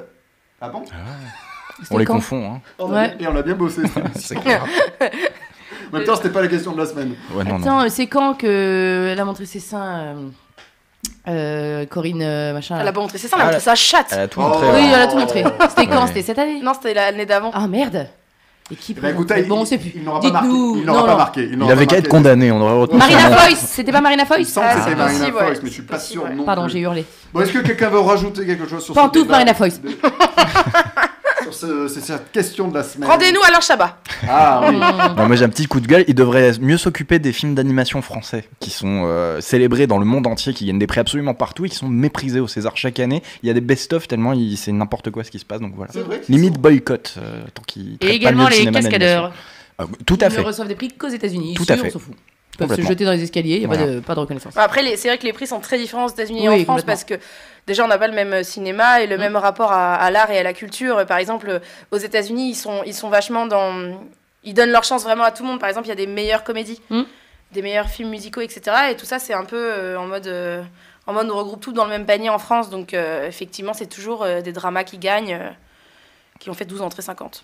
B: Ah bon
C: C'était
D: On les
C: quand
D: confond, hein.
B: On a
C: Ouais.
B: bien- Et on a bien bossé.
D: C'est clair.
B: en même temps, c'était pas la question de la semaine.
D: Ouais, non, non.
C: Attends, c'est quand que elle a montré ses seins euh, euh, Corinne euh, machin.
F: Elle a
C: là.
F: pas montré, c'est ça, elle a montré sa chatte.
D: Elle a tout
B: Oh.
D: montré.
C: Oui,
D: ouais.
C: elle a tout montré. C'était quand
D: Ouais.
C: C'était cette année
F: Non, c'était l'année d'avant.
C: Ah merde. Et qui
B: Eh ben, écoutez,
C: présente- Bon, on
B: il-
C: sait plus.
B: il n'aura pas marqué.
C: Dites-nous.
B: Il n'aura
C: Non,
B: pas
C: non.
B: marqué. Il
D: Il
B: n'aurait
D: avait
B: pas
D: qu'à être
B: marqué.
D: condamné, on aurait retenu. son
C: Marina
D: nom.
C: Foïs, c'était pas Marina
B: Il me
C: Foïs
B: semble que
F: Ah,
B: c'était
F: c'est
B: Marina
F: possible,
B: Foïs,
F: ouais.
B: mais je suis pas
F: C'est
B: sûr
F: possible,
B: non
C: Pardon,
B: plus.
C: j'ai hurlé.
B: Bon, est-ce que quelqu'un veut rajouter quelque chose sur ce
C: Pantoufle
B: débat
C: Marina Foïs.
B: de- Sur ce- c'est cette question de la
C: bah,
B: semaine.
F: Rendez-nous à Alain Chabat.
B: Ah oui.
D: Non, mais j'ai un petit coup de gueule. Il devrait mieux s'occuper des films d'animation français qui sont euh, célébrés dans le monde entier, qui gagnent des prix absolument partout et qui sont méprisés au César chaque année. Il y a des best-of tellement il- c'est n'importe quoi ce qui se passe. Donc voilà.
B: Ah, C'est vrai que
D: Limite boycott, euh, tant qu'ils traitent
C: Et
D: pas
C: également
D: mieux le
C: les
D: cinéma
C: cascadeurs.
D: d'animation. Ah, oui, tout à
C: Ils
D: fait.
C: ne reçoivent des prix qu'aux États-Unis.
D: Tout
C: Ici,
D: à fait.
C: on s'en fout. Ils peuvent se
D: Complètement.
C: jeter dans les escaliers, il n'y a pas,
D: Voilà.
C: de, pas de reconnaissance.
F: Bon, Après, les- c'est vrai que les prix sont très différents aux États-Unis et
C: Oui,
F: en France
C: complètement.
F: parce que déjà, on n'a pas le même euh, cinéma et le
C: Mm.
F: même rapport à, à l'art et à la culture. Par exemple, euh, aux États-Unis, ils sont, ils sont vachement dans. Ils donnent leur chance vraiment à tout le monde. Par exemple, il y a des meilleures comédies,
C: Mm.
F: des meilleurs films musicaux, etc. Et tout ça, c'est un peu euh, en mode. euh, en mode, on regroupe tout dans le même panier en France. Donc, euh, effectivement, c'est toujours euh, des dramas qui gagnent. euh, qui ont fait 12 entrées 50.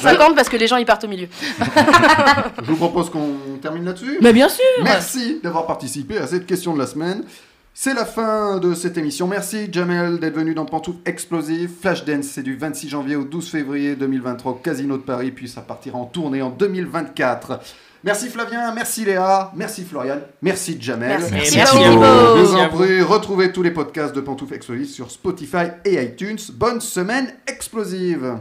F: 50 parce que les gens ils partent au milieu.
B: Je vous propose qu'on termine là-dessus.
C: Mais bien sûr
B: Merci d'avoir participé à cette question de la semaine. C'est la fin de cette émission. Merci Jamel d'être venu dans Pantouf Explosive. Flashdance, c'est du 26 janvier au 12 février 2023 au Casino de Paris, puis ça partira en tournée en 2024. Merci Flavien, merci Léa, merci Florian, merci Jamel.
F: Merci.
E: Et
F: Merci à vous.
B: Je vous
E: Merci à
B: en
E: vous.
B: prie, retrouvez tous les podcasts de Pantouf Explosive sur Spotify et iTunes. Bonne semaine explosive